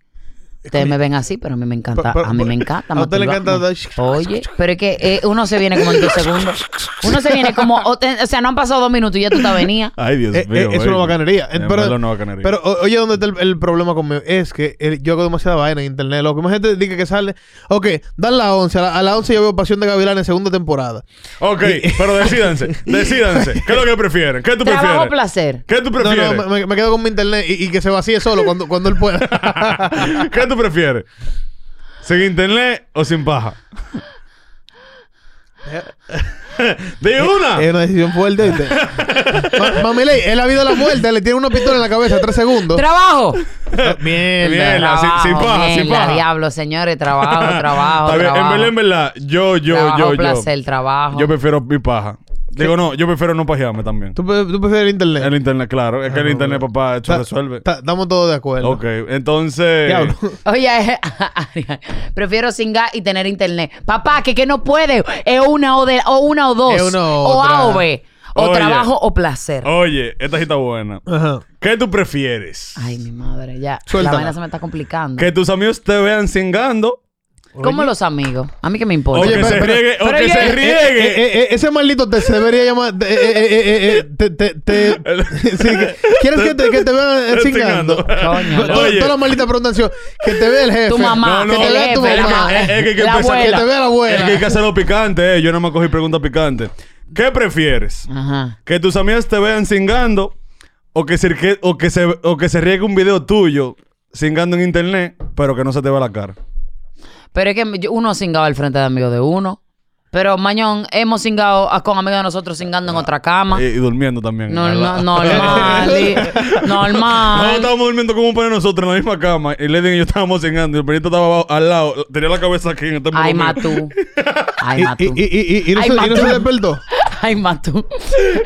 S3: Ustedes me ven así, pero a mí me encanta.
S5: Pa- pa-
S3: a mí
S5: pa-
S3: me encanta.
S5: a usted le encanta
S3: masturbarme. Oye, pero es que eh, uno se viene como en dos segundos. Uno se viene como. O, te- o sea, no han pasado dos minutos y ya tú te
S2: [laughs]
S3: venías.
S2: Ay, Dios
S5: Eh,
S2: mío.
S5: eh, es una
S2: baby.
S5: bacanería. Eh,
S2: En
S5: pero-
S2: verdad, una bacanería.
S5: Pero o- oye, ¿dónde está el, el problema conmigo? Es que el- yo hago demasiada vaina en internet. Lo que más gente dice que sale. Ok, dan la 11. A la, a la 11 yo veo Pasión de Gavilanes, segunda temporada.
S2: Ok, pero
S3: [laughs]
S2: decídanse, decídanse. ¿Qué es lo que prefieren? ¿Qué tú
S3: Trabajo o
S2: prefieres?
S3: placer.
S2: ¿Qué tú
S5: No,
S2: prefieres?
S5: no, me, me quedo con mi internet y, y que se vacíe solo cuando, cuando él
S2: [laughs]
S5: pueda.
S2: ¿Qué
S5: [laughs]
S2: tú prefieres? ¿Sin internet o sin paja? ¡De una!
S5: Es una decisión
S2: [laughs]
S5: fuerte. ¿viste? Ma- Mami Ley, él ha habido la muerte, le tiene una pistola en la cabeza, tres segundos.
S3: ¡Trabajo!
S2: Mierda,
S3: trabajo,
S2: sin, sin paja, sin
S3: mierda,
S2: paja.
S3: diablo, señores, trabajo, trabajo,
S2: [laughs] Está bien,
S3: trabajo.
S2: En verdad, en verdad, yo, yo,
S3: Trabajo,
S2: yo, yo.
S3: placer, trabajo.
S2: Yo prefiero mi paja. Digo, no, yo prefiero no pajearme también.
S5: ¿Tú, pre- tú prefieres el internet?
S2: El internet, claro. Es que el internet, papá, eso resuelve.
S5: Ta- Estamos todos de acuerdo.
S2: Ok, entonces. [laughs]
S5: Diablo.
S3: Oye, [laughs] prefiero singar y tener internet. Papá, que que no puede. Es una o, de, o una o dos.
S2: Es una o
S3: o
S2: otra.
S3: A o B. O
S2: Oye. Oh.
S3: trabajo o placer.
S2: Oye, esta cita buena. ¿Qué tú prefieres?
S3: Ay, mi madre, ya.
S2: Suéltala.
S3: La vaina se me está complicando.
S2: Que tus amigos te vean cingando. [laughs]
S3: ¿Cómo los amigos? A mí que me importa.
S2: O que se riegue. O que se riegue.
S5: Eh, eh, eh, ese maldito te se debería llamar. eh, eh, eh, eh, eh, te- te- te- [laughs] Sí, que- ¿Quieres que te, que te vean eh,
S2: Chingando.
S5: chingando?
S2: Coño.
S5: Todas
S2: Oye.
S5: las malditas preguntas. Que te vea el jefe.
S3: Tu mamá,
S5: que te
S3: el
S5: vea tu
S3: jefe, la
S5: mamá.
S3: madre.
S2: Es que hay que
S3: La
S2: empezar-
S3: abuela.
S5: Que te vea la abuela.
S2: Es que hay que hacerlo picante, eh. Yo no me cogí preguntas picantes. ¿Qué prefieres?
S3: Mm.
S2: ¿Que tus amigos te vean cingando? O que, se, que- o, que se, o que se riegue un video tuyo cingando en internet, pero que no se te va la cara.
S3: Pero es que yo- uno singaba al frente de amigos de uno. Pero, Mañón, hemos singado a- con amigos de nosotros singando en otra cama.
S2: Y, y durmiendo también.
S3: Ah. No,
S2: Al-
S3: no, normal,
S2: [laughs]
S3: y- normal.
S2: No, estábamos durmiendo como un par de nosotros en la misma cama. Y Lady y yo estábamos cingando. Y el perrito estaba abajo, al lado. Tenía la cabeza aquí en este
S3: Ay,
S2: momento. [laughs]
S3: Matú. Ay,
S2: Y-
S3: Matú.
S2: y- y- y- y no se- y no se
S5: despertó.
S3: [laughs] Ay,
S5: [laughs]
S3: Matú.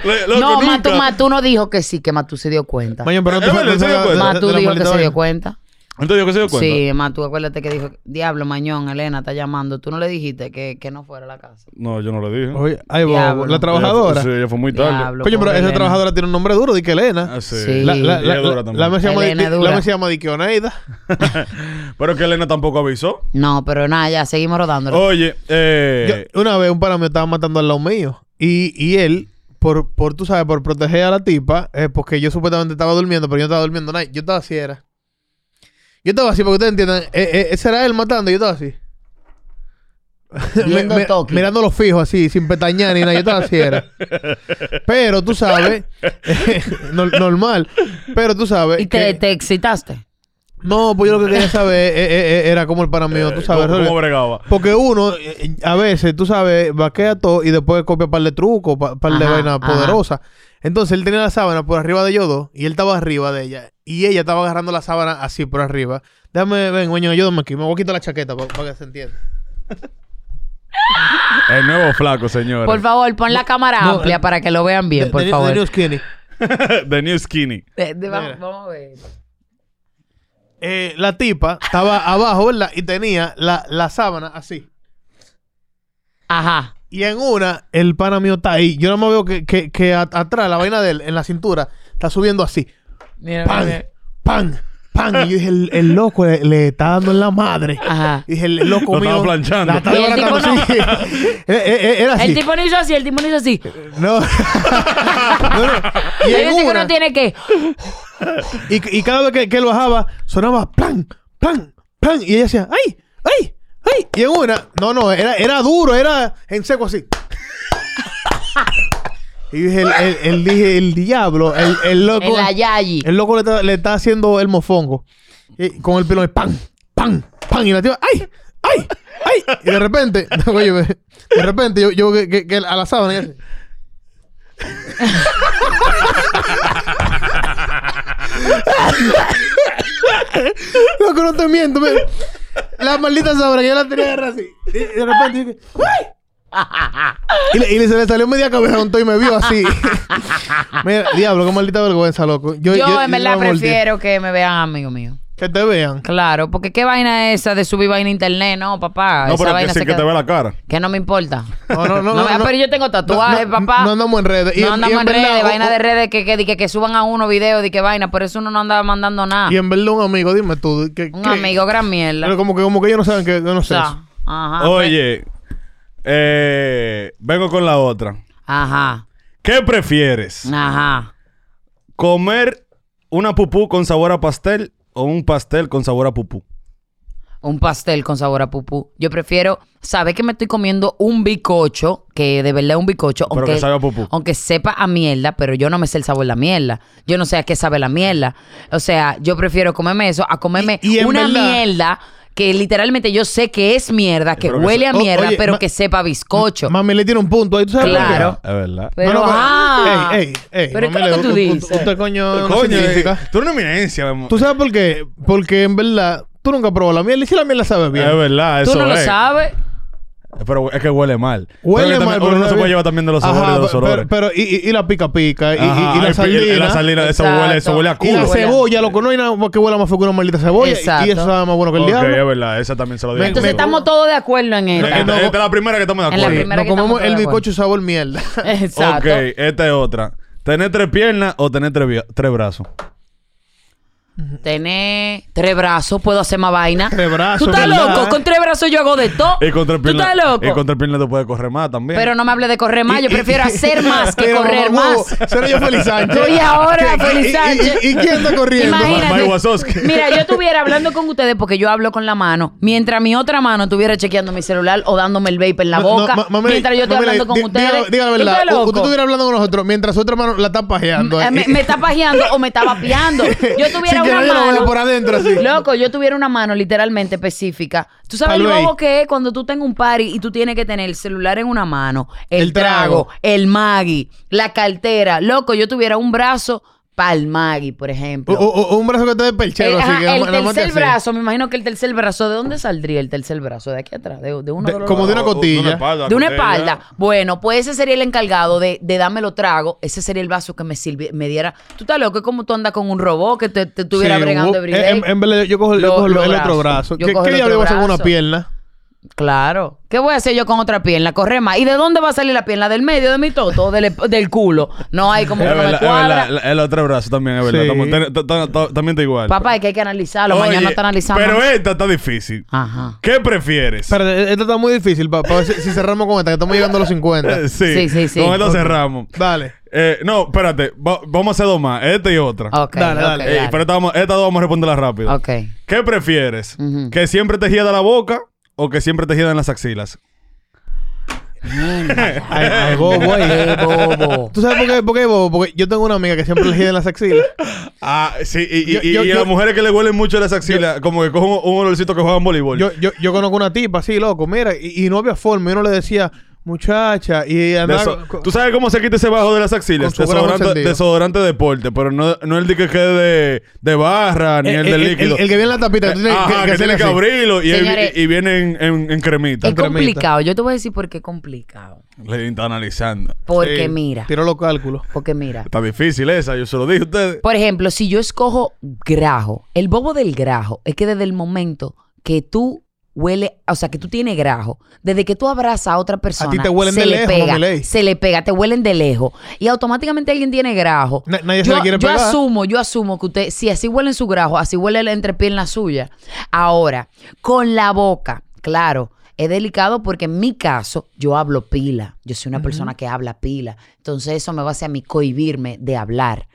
S2: Le- loco,
S3: No,
S2: nunca.
S3: Matú, Matú no dijo que sí, que Matú se dio cuenta.
S5: Mañón, pero no te- Es verdad, no se dio cuenta.
S3: Matú
S5: de
S3: dijo
S5: la
S3: que
S5: maldita
S3: se dio
S5: vaina.
S3: cuenta.
S2: ¿No te digo que se dio cuenta?
S3: Sí, Matú, acuérdate que dijo, diablo, Mañón, Elena está llamando. Tú no le dijiste que, que no fuera a la casa.
S2: No, yo no le dije.
S5: Oye, ay, bobo,
S3: Diablo.
S5: la trabajadora.
S2: Ella fue- sí, ella fue muy tarde. Diablo,
S5: Coño, pero
S2: pobre
S5: esa
S2: Elena.
S5: trabajadora tiene un nombre duro, di que Elena.
S2: Ah, sí. Sí.
S5: La, la,
S2: Ella
S5: la,
S2: es dura
S5: la,
S2: también.
S5: la me se llama
S3: Elena
S5: di-
S3: es dura.
S5: la me se llama di que Oneida.
S2: Pero que Elena tampoco avisó.
S3: No, pero nada, ya, seguimos rodándolo.
S5: Oh,
S2: Oye, eh.
S5: Yo- una vez un pana me estaba matando al lado mío. Y, y él, por, por, tú sabes, por proteger a la tipa, eh, porque yo supuestamente estaba durmiendo, pero yo no estaba durmiendo nada. Yo estaba así, era. Yo estaba así, porque ustedes entiendan. eh, eh, ese era él matando, yo estaba así.
S3: Viendo Toki.
S5: mirándolo fijo así, sin pestañear ni nada. Yo estaba así, era. Pero tú sabes, [laughs] no- normal. Pero tú sabes.
S3: ¿Y te,
S5: que-
S3: te excitaste?
S5: no, pues yo lo que quería saber eh, eh, eh, era como el para mío, tú sabes.
S2: ¿cómo-
S5: Rolly.
S2: cómo bregaba?
S5: Porque uno, eh, eh, a veces, tú sabes, vaquea todo y después copia par de trucos, pa- par de
S2: Ajá,
S5: vainas
S2: ajá.
S5: poderosas. Entonces él tenía la sábana por arriba de yo dos y él estaba arriba de ella. Y ella estaba agarrando la sábana así por arriba. Déjame, ven, coño, ayúdame aquí. Me voy a quitar la chaqueta para que se entienda.
S2: El nuevo flaco, señor.
S3: Por favor, pon la cámara
S2: No,
S3: amplia para que lo vean bien, por
S5: eh, de- de
S3: favor. Eh,
S5: New Skinny.
S2: [laughs] The New Skinny.
S3: De- de- vamos, vamos a ver.
S5: Eh, la tipa estaba abajo, ¿verdad? Y tenía la, la sábana así.
S3: Ajá.
S5: Y en una, el pana mío está ahí. Yo no me veo que, que, que at- atrás, la vaina de él, en la cintura, está subiendo así.
S3: Mira,
S5: pan, pan, pan. Y yo dije, el, el loco le, le está dando en la madre.
S3: Ajá.
S5: Y dije, el loco
S2: Lo
S5: mío.
S2: estaba planchando.
S5: La está
S3: Y el tipo
S5: desbaratando así. [laughs] Eh, eh, eh, Era así.
S3: El tipo no hizo así, el tipo no hizo así.
S5: No. [laughs] No, no. Y,
S3: Hay
S5: en
S3: veces que
S5: una-
S3: uno tiene que.
S5: y, y cada vez que, que él bajaba, sonaba plan, plan, plan. Y ella decía, ¡ay! ¡ay! ¡ay! Y en una, no, no, era, era duro, era en seco así. [laughs] Y dije, el, el, el- dije, el diablo, el, el loco.
S3: El ayayi.
S5: El loco le está, le está haciendo el mofongo. Y con el pilón, ¡pam! ¡pam! ¡pam! Y la tía, ¡ay! ¡ay! ¡ay! Y de repente, [laughs] oye, de repente yo, yo que, que- que a la sábana. y hace, [laughs] Loco, no te miento, men. La maldita sabra que yo la tenía agarrada así. Y de repente yo que, ¡ay! Y le, y le- se le salió media cabeza con todo y me vio así. [laughs] Mira, diablo, qué maldita vergüenza, loco.
S3: Yo,
S5: yo
S3: en verdad
S5: lo mordí.
S3: prefiero que me vean amigo mío.
S5: Que te vean.
S3: Claro, porque qué vaina es esa de subir vaina a internet, no, papá.
S2: No,
S3: esa
S2: pero que
S3: vaina
S2: sí
S3: se
S2: que
S3: queda-
S2: te ve la cara.
S3: Que no me importa.
S5: No, no, no.
S3: No, ah, pero yo tengo tatuajes,
S5: no,
S3: papá.
S5: No andamos en redes. Y-
S3: no andamos
S5: y
S3: en redes,
S5: verdad, o-
S3: vaina
S5: o-
S3: de redes que, que, que, que suban a uno video de que vaina, por eso uno no anda mandando nada.
S5: Y en verdad un amigo, dime tú. Que,
S3: Un
S5: que-
S3: amigo, gran mierda.
S5: Pero como que, como que ellos no saben que yo no
S3: O
S5: sé.
S3: sea,
S5: eso.
S3: ajá.
S2: Oye, eh, vengo con la otra.
S3: pues, Ajá.
S2: ¿Qué prefieres?
S3: Ajá.
S2: ¿Comer una pupú con sabor a pastel o un pastel con sabor a pupú?
S3: un pastel con sabor a pupú. Yo prefiero saber que me estoy comiendo un bicocho, que de verdad es un bicocho,
S2: Pero
S3: aunque,
S2: que sabe a pupú.
S3: aunque sepa a mierda, pero yo no me sé el sabor de la mierda. Yo no sé a qué sabe la mierda. O sea, yo prefiero comerme eso a comerme
S5: Y- y en
S3: una
S5: verdad-
S3: mierda que literalmente yo sé que es mierda, que
S5: Pero que
S3: huele
S5: se-
S3: a
S5: o-
S3: mierda,
S5: oye,
S3: pero
S5: ma-
S3: que sepa a bizcocho.
S5: Mami le tiene un punto ahí, ¿tú sabes por qué?
S3: Claro.
S2: Es verdad.
S3: Pero,
S5: No, no,
S3: ah,
S5: ey, ey, ey,
S3: pero
S5: no
S3: ¿qué
S5: me
S3: es lo que
S5: le-
S3: tú
S5: un- un-
S3: dices?
S5: usted, coño, no
S2: Coño,
S5: significa.
S2: eh, tú eres una eminencia, vamos.
S5: ¿Tú sabes por qué? Porque en verdad, tú nunca probas la miel. Y si la miel la sabes bien.
S2: Es verdad, eso eh.
S3: Tú no lo
S2: es.
S3: sabes.
S2: Pero es que huele mal.
S5: Huele
S2: Pero que
S5: mal,
S2: también- Uno no
S5: está
S2: se puede
S5: bien.
S2: llevar también de los
S5: Ajá,
S2: sabores y de los
S5: pero-
S2: olores.
S5: Pero, y, y- y la pica pica, y, y-
S2: Ajá,
S5: y
S2: el
S5: la
S2: pi-
S5: sardina.
S2: el- La salina, eso
S3: Exacto.
S2: huele, eso huele a
S5: y
S2: culo.
S5: la
S3: Huele a-
S5: cebolla, loco, no hay nada que huela más feo que una maldita cebolla.
S3: Exacto.
S5: Y eso sabe más bueno que el
S2: Ok,
S5: diablo.
S2: es verdad, esa también se lo digo.
S3: Entonces estamos todos de acuerdo en
S2: Esta
S3: esta.
S2: esta es la primera que estamos de
S3: En la
S2: acuerdo.
S3: primera
S5: Nos
S3: que estamos
S5: comemos
S3: todos de
S5: el
S3: acuerdo.
S5: bizcocho sabor mierda. [laughs]
S3: [laughs] Exacto.
S2: Ok, esta es otra. Tener tres piernas o tener tres, bia- tres brazos.
S3: Tener tres brazos, puedo hacer más vaina.
S5: Tres brazos,
S3: ¿Tú estás
S5: ¿verdad?
S3: loco? Con tres brazos yo hago de todo.
S2: Y con tres
S3: ¿Tú
S2: piernas.
S3: estás loco?
S2: Y con tres piernas te puedes correr más también.
S3: Pero no me hables de correr más. Yo prefiero hacer más que
S5: Pero,
S3: correr
S5: mamá, huevo,
S3: más.
S5: Seré yo Feliz Sánchez.
S3: Yo y ahora,
S5: ¿Qué-
S3: Feliz
S5: y- y-
S3: Sánchez.
S5: ¿Y y quién está corriendo?
S3: Imagínate.
S2: Mike Wazowski.
S3: Mira,
S5: [laughs]
S3: yo estuviera hablando con ustedes porque yo hablo con la mano, mientras mi otra mano estuviera chequeando mi celular o dándome el vape en la
S5: No, no,
S3: boca,
S5: ma- mami,
S3: mientras yo estoy
S5: mami,
S3: hablando con
S5: di-
S3: ustedes.
S5: Diga, diga la
S3: ¿Tú
S5: verdad.
S3: estás
S5: U-
S3: loco?
S5: Usted estuviera hablando con nosotros mientras su otra mano la está pajeando.
S3: Eh,
S5: ahí. [laughs]
S3: me, me está pajeando o me está vapeando. Yo
S5: Sin
S3: tuviera
S5: que
S3: una
S5: nadie lo
S3: mano.
S5: vea por adentro, así.
S3: Loco, yo tuviera una mano literalmente específica. Tú sabes
S5: Pa'l
S3: lo
S5: bay.
S3: bobo que es cuando tú tengas un party y tú tienes que tener el celular en una mano, el,
S5: El trago.
S3: trago, el Maggi, la cartera. Loco, yo tuviera un brazo para el Maggi, por ejemplo.
S5: O- o- o un brazo que está de
S3: Eh,
S5: perchero. así
S3: ajá,
S5: oh, que
S3: el
S5: nada más te
S3: tercer
S5: hace.
S3: brazo, me imagino que el tercer brazo, ¿de dónde saldría el tercer brazo? De aquí atrás, de, de uno
S5: De-
S3: de los
S5: como de una
S2: O- o-
S5: cotilla.
S3: de una
S2: cotilla.
S3: espalda. Bueno, pues ese sería el encargado de, de darme lo trago. Ese sería el vaso que me sirvi- me diera. Tú estás loco, es como tú andas con un robot que te, te estuviera
S5: Sí,
S3: bregando
S5: huevo.
S3: every
S5: Eh,
S3: day.
S5: En, en vez de yo cojo, yo
S3: Lo-
S5: cojo
S3: lo
S5: el
S3: brazo.
S5: otro brazo.
S3: Yo
S5: ¿Qué,
S3: cojo
S5: ¿qué
S3: el otro
S5: diablo iba a hacer con una
S3: brazo.
S5: pierna?
S3: Claro. ¿Qué voy a hacer yo con otra pierna? Corre más. ¿Y de dónde va a salir la pierna? ¿Del medio de mi toto? o ¿Del, del culo? No hay como
S5: [laughs]
S2: Es
S3: que no me
S2: verdad, es
S3: cuadra.
S2: verdad. la- El otro brazo también, es verdad.
S5: Sí.
S2: Estamos- ten- ta- ta- ta- También está igual.
S3: Papá, es que hay que analizarlo.
S2: Oye,
S3: Mañana está analizando. Ah.
S2: Pero esta está difícil.
S3: Ajá.
S2: ¿Qué prefieres?
S5: Pero eh, esta está muy difícil. Pa, pa ver si, si cerramos con esta, que estamos llegando a los 50.
S2: Eh, [laughs] sí.
S3: Sí, sí, sí.
S2: Con esta
S3: Ok.
S2: cerramos.
S5: Dale.
S2: Eh, no, espérate. Va- vamos a hacer dos más. Esta y otra.
S3: Ok,
S5: Dale,
S3: ok,
S5: dale.
S2: Eh, pero esta vamos- estas dos vamos a responderlas rápido.
S3: Ok.
S2: ¿Qué prefieres?
S3: Ujú.
S2: ¿Que siempre te hieda la boca o que siempre te hiedan las axilas?
S5: Ay, ay, bobo, eh,
S3: Qué
S5: güey.
S3: bobo.
S5: ¿Tú sabes por qué, por qué bobo? Porque yo tengo una amiga que siempre le gira en las axilas.
S2: Ah, sí. Y, y-
S5: Yo-
S2: y-
S5: yo-
S2: y a
S5: yo-
S2: las mujeres que le huelen mucho las axilas, como que cogen un, un olorcito que juegan voleibol.
S5: Yo, yo, yo conozco una tipa así, loco. Mira, y, y no había forma. Y uno le decía, muchacha. Y
S2: De
S5: andaba.
S2: eso-
S5: con-
S2: ¿Tú sabes cómo se quita ese bajo de las axilas?
S5: Con su brazo
S2: Desodorante,
S5: encendido.
S2: desodorante de deporte, pero no, no el de que quede de, de barra ni
S5: Eh,
S2: el
S5: eh,
S2: de
S5: el-
S2: líquido. Eh,
S5: el- el que viene en la tapita, tú tienes
S2: Ajá,
S5: que- que
S2: que,
S5: hacerle
S2: tiene que
S5: así.
S2: abrirlo y, él-
S3: Señores,
S2: y viene en, en- en cremita.
S3: Es
S2: Le
S3: complicado. Yo te voy a decir por qué complicado.
S2: está analizando.
S3: Porque
S5: Sí,
S3: mira.
S5: Tiró los cálculos.
S3: Porque mira.
S2: Está difícil esa, yo se lo dije a ustedes.
S3: Por ejemplo, si yo escojo grajo, el bobo del grajo es que desde el momento que tú huele, o sea, que tú tienes grajo, desde que tú abrazas a otra persona,
S5: te huelen
S3: se
S5: de
S3: le
S5: lejos,
S3: pega,
S5: Mamiley.
S3: se le pega, te huelen de lejos y automáticamente alguien tiene grajo.
S5: Na- nadie se
S3: yo,
S5: le quiere
S3: yo
S5: pegar.
S3: asumo, yo asumo que usted, si así huelen su grajo, así huele la entrepierna suya. Ahora, con la boca, claro. Es delicado porque en mi caso yo hablo pila. Yo soy una persona que habla pila. Entonces eso me va a hacer a mí cohibirme de hablar.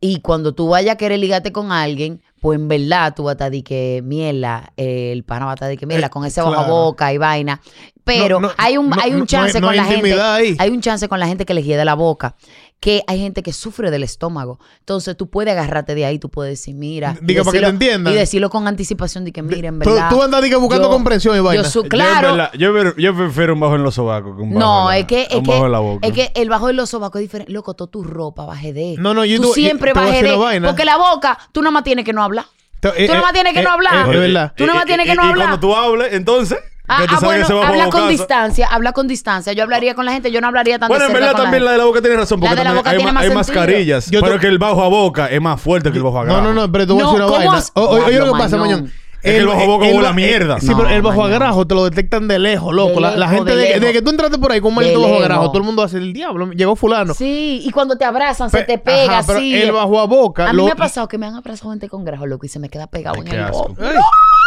S3: Y cuando tú vayas a querer ligarte con alguien, pues en verdad tú vas a estar de que miela, eh, el pana va a estar de que miela,
S5: Eh,
S3: con ese bajo
S5: claro.
S3: a boca y vaina. Pero
S5: No, no,
S3: hay un,
S5: no,
S3: hay
S5: no,
S3: un
S5: no
S3: chance
S5: hay- no
S3: con
S5: hay
S3: la gente.
S5: intimidad ahí.
S3: Hay un chance con la gente que les hiede la boca. Que hay gente que sufre del estómago. Entonces tú puedes agarrarte de ahí, tú puedes decir, mira. y
S5: Diga, para que te
S3: decirlo-
S5: entiendan.
S3: Y decirlo con anticipación de que, mira, en
S5: Tú-
S3: verdad.
S5: tú andas, diga, buscando comprensión y vaina.
S3: Yo su-
S2: Yo en
S3: claro.
S2: verdad- Yo, ver- yo prefiero un bajo en los sobacos que un bajo
S3: No,
S2: en la-
S3: es que, es,
S2: un bajo en la
S3: que,
S2: boca.
S3: es que el bajo de los sobacos es diferente. Loco, toda tu ropa baje de.
S5: No, no, yo
S3: tú
S5: te- yo-
S3: siempre
S5: te voy a
S3: baje
S5: decir
S3: de.
S5: una vaina.
S3: Porque la boca, tú nada más tienes que no hablar.
S5: Tú
S3: Tú nada más tienes que no hablar.
S5: eh, Es verdad.
S3: Tú nada más tienes que no
S2: y,
S3: hablar.
S2: Y cuando tú hables, entonces,
S3: Ah,
S2: que te
S3: ah,
S2: salga
S3: bueno,
S2: ese bajo
S3: habla con
S2: bocazo.
S3: distancia, habla con distancia. Yo
S5: Ah.
S3: hablaría con la gente, yo no hablaría tanto
S2: Bueno, en verdad también la de la boca tiene razón,
S3: La
S2: porque
S3: de la
S2: también
S3: boca
S2: hay,
S3: tiene
S2: ma-
S3: más
S2: hay
S3: sentido.
S2: mascarillas,
S5: Yo
S2: pero
S5: te-
S2: que el bajo a boca es más fuerte que el bajo a
S5: No,
S2: grado.
S5: no, no, pero te voy a
S3: No,
S5: decir una
S3: ¿cómo
S5: vaina.
S3: has-
S5: O- o- Oye lo
S3: Diablo,
S5: que pasa,
S3: Mañón.
S5: Mañón.
S2: Es que el bajo a boca
S5: el
S2: huele a
S5: ba-
S2: mierda.
S5: Sí,
S3: No,
S5: pero el bajo a
S3: Mañón.
S5: grajo te lo detectan de lejos, loco.
S3: De
S5: la, la
S3: lejos,
S5: gente,
S3: de
S5: de,
S3: lejos.
S5: de que tú entraste por ahí con un maldito
S3: De
S5: bajo a
S3: lejos.
S5: grajo, todo el mundo hace el diablo. Llegó fulano.
S3: Sí, y cuando te abrazan, se
S5: Pe-
S3: te pega
S5: Ajá, pero
S3: así.
S5: el bajo a boca.
S3: a mí
S5: lo-
S3: me ha pasado que me han abrazado gente con grajo, loco, y se me queda pegado
S2: Ay,
S3: en
S2: qué
S3: el
S2: asco.
S3: ojo.
S5: Ey,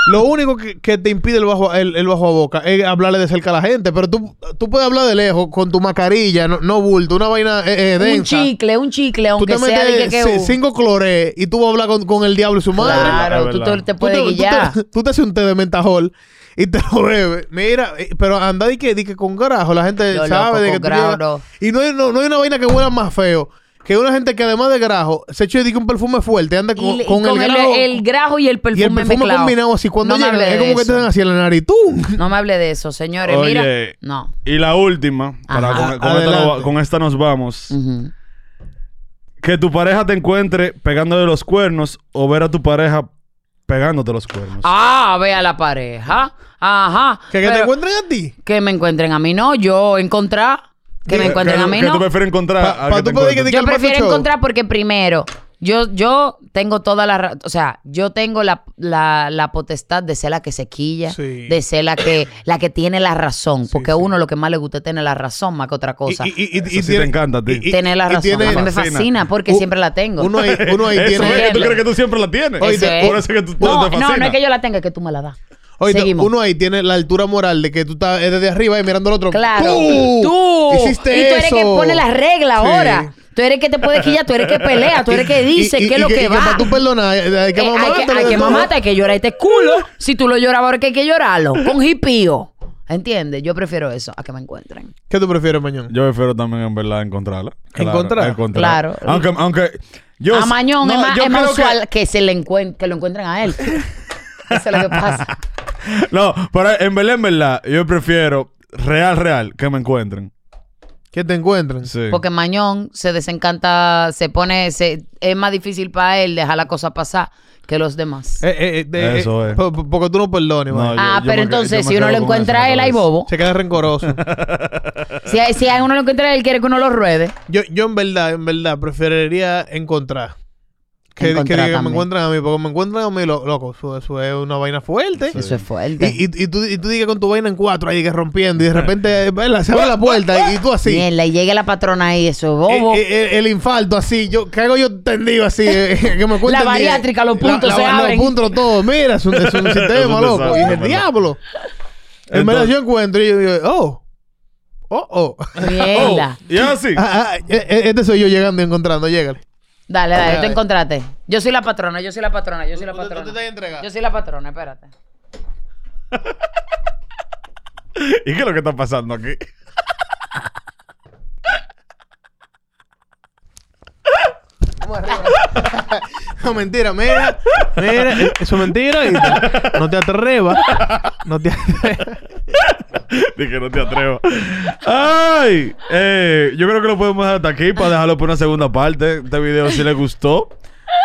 S5: Lo único que, que te impide el bajo, el, el bajo a boca es hablarle de cerca a la gente. Pero tú, tú puedes hablar de lejos con tu mascarilla, no, no bulto, una vaina eh, eh,
S3: Un
S5: densa.
S3: chicle, un chicle,
S5: Tú te
S3: aunque sea de que,
S5: metes
S3: que
S5: ci- cinco cloré y tú vas a hablar con, con el diablo y su madre.
S3: Claro,
S2: Es
S3: tú
S2: verdad.
S3: te, te
S5: Tú
S3: puedes
S5: te- tú te-
S3: guillar.
S5: Tú, te haces un té de mentajol y te lo bebes. Mira, eh, pero anda y que, di que con grajo. La gente
S3: Yo
S5: sabe
S3: loco,
S5: de que
S3: con
S5: tú
S3: grajo,
S5: llegas-
S3: no.
S5: Y no hay, no, no hay una vaina que huela más feo Que una gente que además de grajo se eche de que un perfume fuerte, anda con,
S3: Y- y
S5: con, el, grajo.
S3: el grajo y el perfume,
S5: y el perfume
S3: mezclado.
S5: combinado así. Cuando
S3: No me
S5: llegan,
S3: hable
S5: es
S3: de
S5: como que te
S3: eso.
S5: dan así en la nariz. ¡Tú!
S3: No me hable de eso, señores. Mira.
S2: Oye,
S3: No.
S2: Y la última, para
S3: Ajá. Mm.
S2: con, con esta
S3: Adelante.
S2: no- con esta nos vamos. Que tu pareja te encuentre pegándole los cuernos o ver a tu pareja pegándote los cuernos.
S3: Ah, ve a la pareja. Ajá.
S5: Que, que te encuentren a ti.
S3: Que me encuentren a mí, no. Yo encontrar. Que me encuentren
S2: que,
S3: a mí,
S2: que
S3: no.
S2: tú prefieres encontrar a que te encuentren.
S3: Yo prefiero encontrar porque primero, yo, yo tengo toda la... ra- O sea, yo tengo la, la, la potestad de ser la que se quilla,
S5: Sí.
S3: de ser la que, la que tiene la razón. Porque a uno lo que más le gusta es tener la razón más que otra cosa.
S2: Y, y- y tiene- y- y-
S3: tener la
S2: y
S3: razón.
S2: tiene-
S3: a mí me fascina pues, porque siempre la tengo.
S5: uno ahí- uno ahí
S2: [laughs] Eso
S5: tiene-
S2: es, que tú
S5: Entiendo.
S2: crees que tú siempre la tienes.
S5: Oye,
S3: Eso es.
S2: Por eso es que tú
S3: no,
S2: te
S3: no,
S2: fascina.
S3: no es que yo la tenga, es que tú me la das.
S5: Oye,
S3: Seguimos.
S5: uno ahí tiene la altura moral de que tú estás es desde arriba y mirando al otro.
S3: Claro.
S5: ¡Tú! Hiciste
S3: y tú eres
S5: eso.
S3: que pone las reglas
S5: Sí.
S3: ahora. Tú eres que te puedes quillar, tú eres que pelea, tú eres que
S5: Y- y-
S3: dice
S5: y-
S3: qué es
S5: y
S3: lo que, va.
S5: para tú perdonar, eh, hay que
S3: Eh,
S5: mamarte.
S3: hay que, hay que mamarte, hay que llorar este culo. Si tú lo lloras ahora que hay que llorarlo. Con hipío. ¿Entiendes? Yo prefiero eso, a que me encuentren.
S5: ¿Qué tú prefieres, Mañón?
S2: Yo prefiero también, en verdad, encontrarla. Claro,
S5: ¿Encontrar?
S2: encontrarla.
S3: Claro.
S2: Aunque, aunque yo...
S3: a Mañón
S2: no,
S3: es más,
S2: yo
S3: es más
S2: creo que-
S3: usual que... se le encuent- que lo encuentren a él. eso es lo que pasa.
S2: [laughs] No, pero en verdad, en verdad, yo prefiero real, real, que me encuentren.
S5: Que te encuentren.
S2: Sí.
S3: Porque Mañón se desencanta, se pone, se- es más difícil para él dejar la cosa pasar que los demás.
S5: Eh, eh, eh, de-
S2: Eso
S5: eh,
S2: es.
S5: po- po- Porque tú no perdones, man.
S3: ah, pero entonces si uno lo encuentra a él, hay bobo.
S5: Se queda rencoroso.
S3: [laughs] Si, a- si a uno lo encuentra a él, quiere que uno lo ruede.
S5: yo, yo en verdad, en verdad, preferiría encontrar. Que, que
S3: Encontrar
S5: diga que me
S3: también.
S5: encuentran a mí, porque me encuentran a mí, lo- loco, eso, eso es una vaina fuerte.
S3: Eso es fuerte.
S5: Y, y, y tú, y tú digas con tu vaina en cuatro ahí, que rompiendo, y
S2: [laughs]
S5: de repente eh, ¿verdad? se abre la puerta y, y tú así.
S3: Mierda, y llega la patrona ahí, eso es bobo.
S5: Eh, eh, el, infarto así, yo ¿qué hago yo
S3: [laughs]
S5: tendido así, [laughs] eh, que me cuenten
S3: La
S5: que-
S3: bariátrica, los puntos se abren.
S5: Los puntos todo, mira, es un,
S2: [laughs]
S5: es un
S2: Es un
S5: sistema, loco.
S2: desastre,
S5: Y
S2: en
S5: dije,
S2: verdad.
S5: diablo. En verdad
S2: Entonces-
S5: yo encuentro y yo digo, oh,
S3: [laughs]
S5: oh, [laughs] oh.
S3: Mierda.
S2: Y así.
S5: Ah, ah, eh, eh, este soy yo llegando y encontrando, llégale.
S3: Dale, dale,
S5: Dale.
S3: tú encontraste. Yo soy la patrona, yo soy la patrona, yo soy la
S5: Tú- tú- tú te
S3: patrona.
S5: estás entregando.
S3: Yo soy la patrona, espérate.
S2: ¿Y qué es lo que está pasando aquí?
S5: [laughs] No, mentira, mira, mira, eh, eso es mentira. y te- no te atrevas. No te atrevas.
S2: [laughs] Dije, no te atrevas. Ay, eh, yo creo que lo podemos dejar hasta aquí para dejarlo por una segunda parte. Este video si les gustó.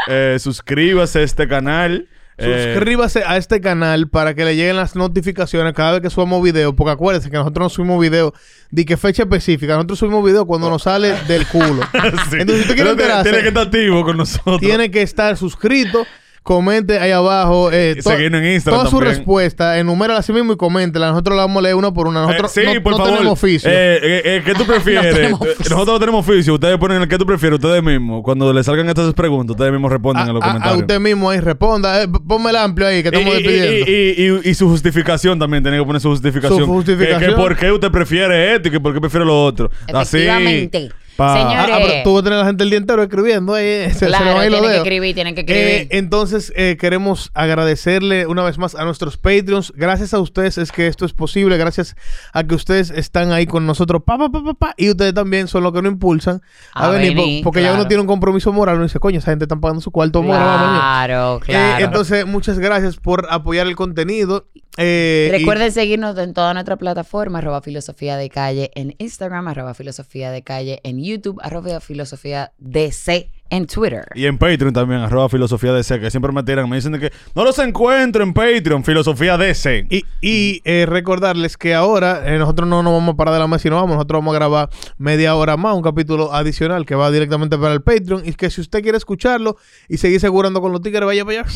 S2: eh, suscríbase a este canal. eh,
S5: Suscríbase a este canal para que le lleguen las notificaciones cada vez que subamos video. Porque acuérdense que nosotros no subimos video de que fecha específica. Nosotros subimos video cuando nos sale del culo.
S2: [laughs] [laughs] sí.
S5: Entonces, si
S2: Pero
S5: usted quiere
S2: tiene-
S5: enterarse,
S2: tiene que estar activo con nosotros. Eh,
S5: tiene que estar suscrito. Comente ahí abajo. Eh,
S2: Y
S5: to-
S2: seguirnos en Instagram
S5: Toda su
S2: también.
S5: respuesta. Enumérala a sí mismo y coméntela. Nosotros la vamos a leer una por una.
S2: Eh,
S5: Nosotros
S2: sí,
S5: no,
S2: por
S5: no
S2: favor.
S5: tenemos oficio.
S2: Eh, eh, eh,
S5: [laughs]
S2: ¿Qué tú prefieres?
S5: tenemos
S2: Eh,
S5: oficio.
S2: Nosotros no tenemos oficio. Ustedes ponen el que tú prefieres, ustedes mismos. Cuando les salgan estas preguntas, ustedes mismos responden en los
S5: a, a
S2: comentarios.
S5: Ah, usted mismo ahí responda. Eh, p- ponme el amplio ahí que
S2: Y,
S5: estamos despidiendo.
S2: y- y- y- y su justificación también, tiene que poner su justificación.
S5: Su justificación.
S2: Que, que por qué usted prefiere esto y que por qué prefiere lo otro. Así.
S3: Efectivamente.
S2: pa-
S3: Señores.
S5: Ah, pero tú vas a tener a la gente el día entero escribiendo ahí. eh, se- se nos
S3: Claro,
S5: va a ir los
S3: tienen que
S5: dedos.
S3: escribir, tienen que
S5: Eh,
S3: escribir.
S5: entonces, eh, queremos agradecerle una vez más a nuestros Patreons. Gracias a ustedes es que esto es posible. Gracias a que ustedes están ahí con nosotros. Pa, pa, pa, pa, pa. y ustedes también son los que nos impulsan a,
S3: A
S5: venir. po-
S3: venir,
S5: porque ya
S3: claro.
S5: uno tiene un compromiso moral. Uno dice, coño, esa gente está pagando su cuarto moral. vamos a venir".
S3: claro,
S5: Eh,
S3: claro.
S5: entonces, muchas gracias por apoyar el contenido. Eh, y-
S3: Recuerden seguirnos en toda nuestra plataforma, arroba filosofía de calle en Instagram, arroba filosofía de calle en YouTube, arroba filosofía DC en Twitter.
S2: Y en Patreon también, arroba filosofía DC, que siempre me tiran, me dicen de que no los encuentro en Patreon, filosofía DC.
S5: Y, y, eh, recordarles que ahora eh, nosotros no nos vamos a parar de la mesa y no vamos, nosotros vamos a grabar media hora más, un capítulo adicional que va directamente para el Patreon. Y que si usted quiere escucharlo y seguir asegurando con los tigres, vaya para allá.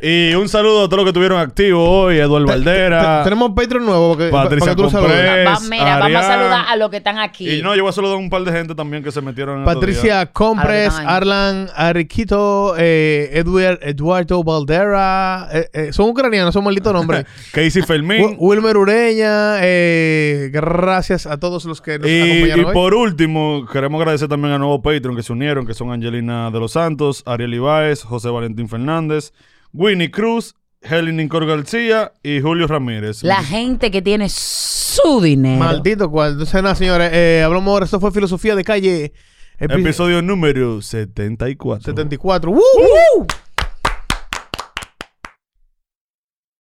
S2: Y un saludo a todos los que tuvieron activo hoy, Eduardo Valdera.
S5: Te- Tenemos Patreon nuevo porque, pa-
S2: Patricia
S5: para que tú lo
S2: Compré.
S5: saludes.
S3: Va- mira, vamos
S2: Arián.
S3: a saludar a los que están aquí.
S2: Y no, yo voy a saludar a un par de gente también que se metieron en estos días.
S5: Patricia Compres,
S3: Arlan.
S5: Arlan Ariquito, eh, Edward, Eduardo Valdera. eh, eh, son ucranianos, son
S2: [laughs]
S5: malditos nombres.
S2: Casey Fermín.
S5: Wi- Wilmer Ureña, eh, gracias a todos los que nos
S2: Y,
S5: acompañaron
S2: y
S5: hoy.
S2: por último, queremos agradecer también a nuevos Patreon que se unieron, que son Angelina de los Santos, Ariel Ibáez, José Valentín Fernández, Winnie Cruz, Helen Incor García y Julio Ramírez.
S3: La gente que tiene su dinero.
S5: Maldito cual. Entonces, nada, señores, eh, hablamos ahora. Esto fue Filosofía de Calle.
S2: Episodio número 74.
S5: 74. ¡Woo!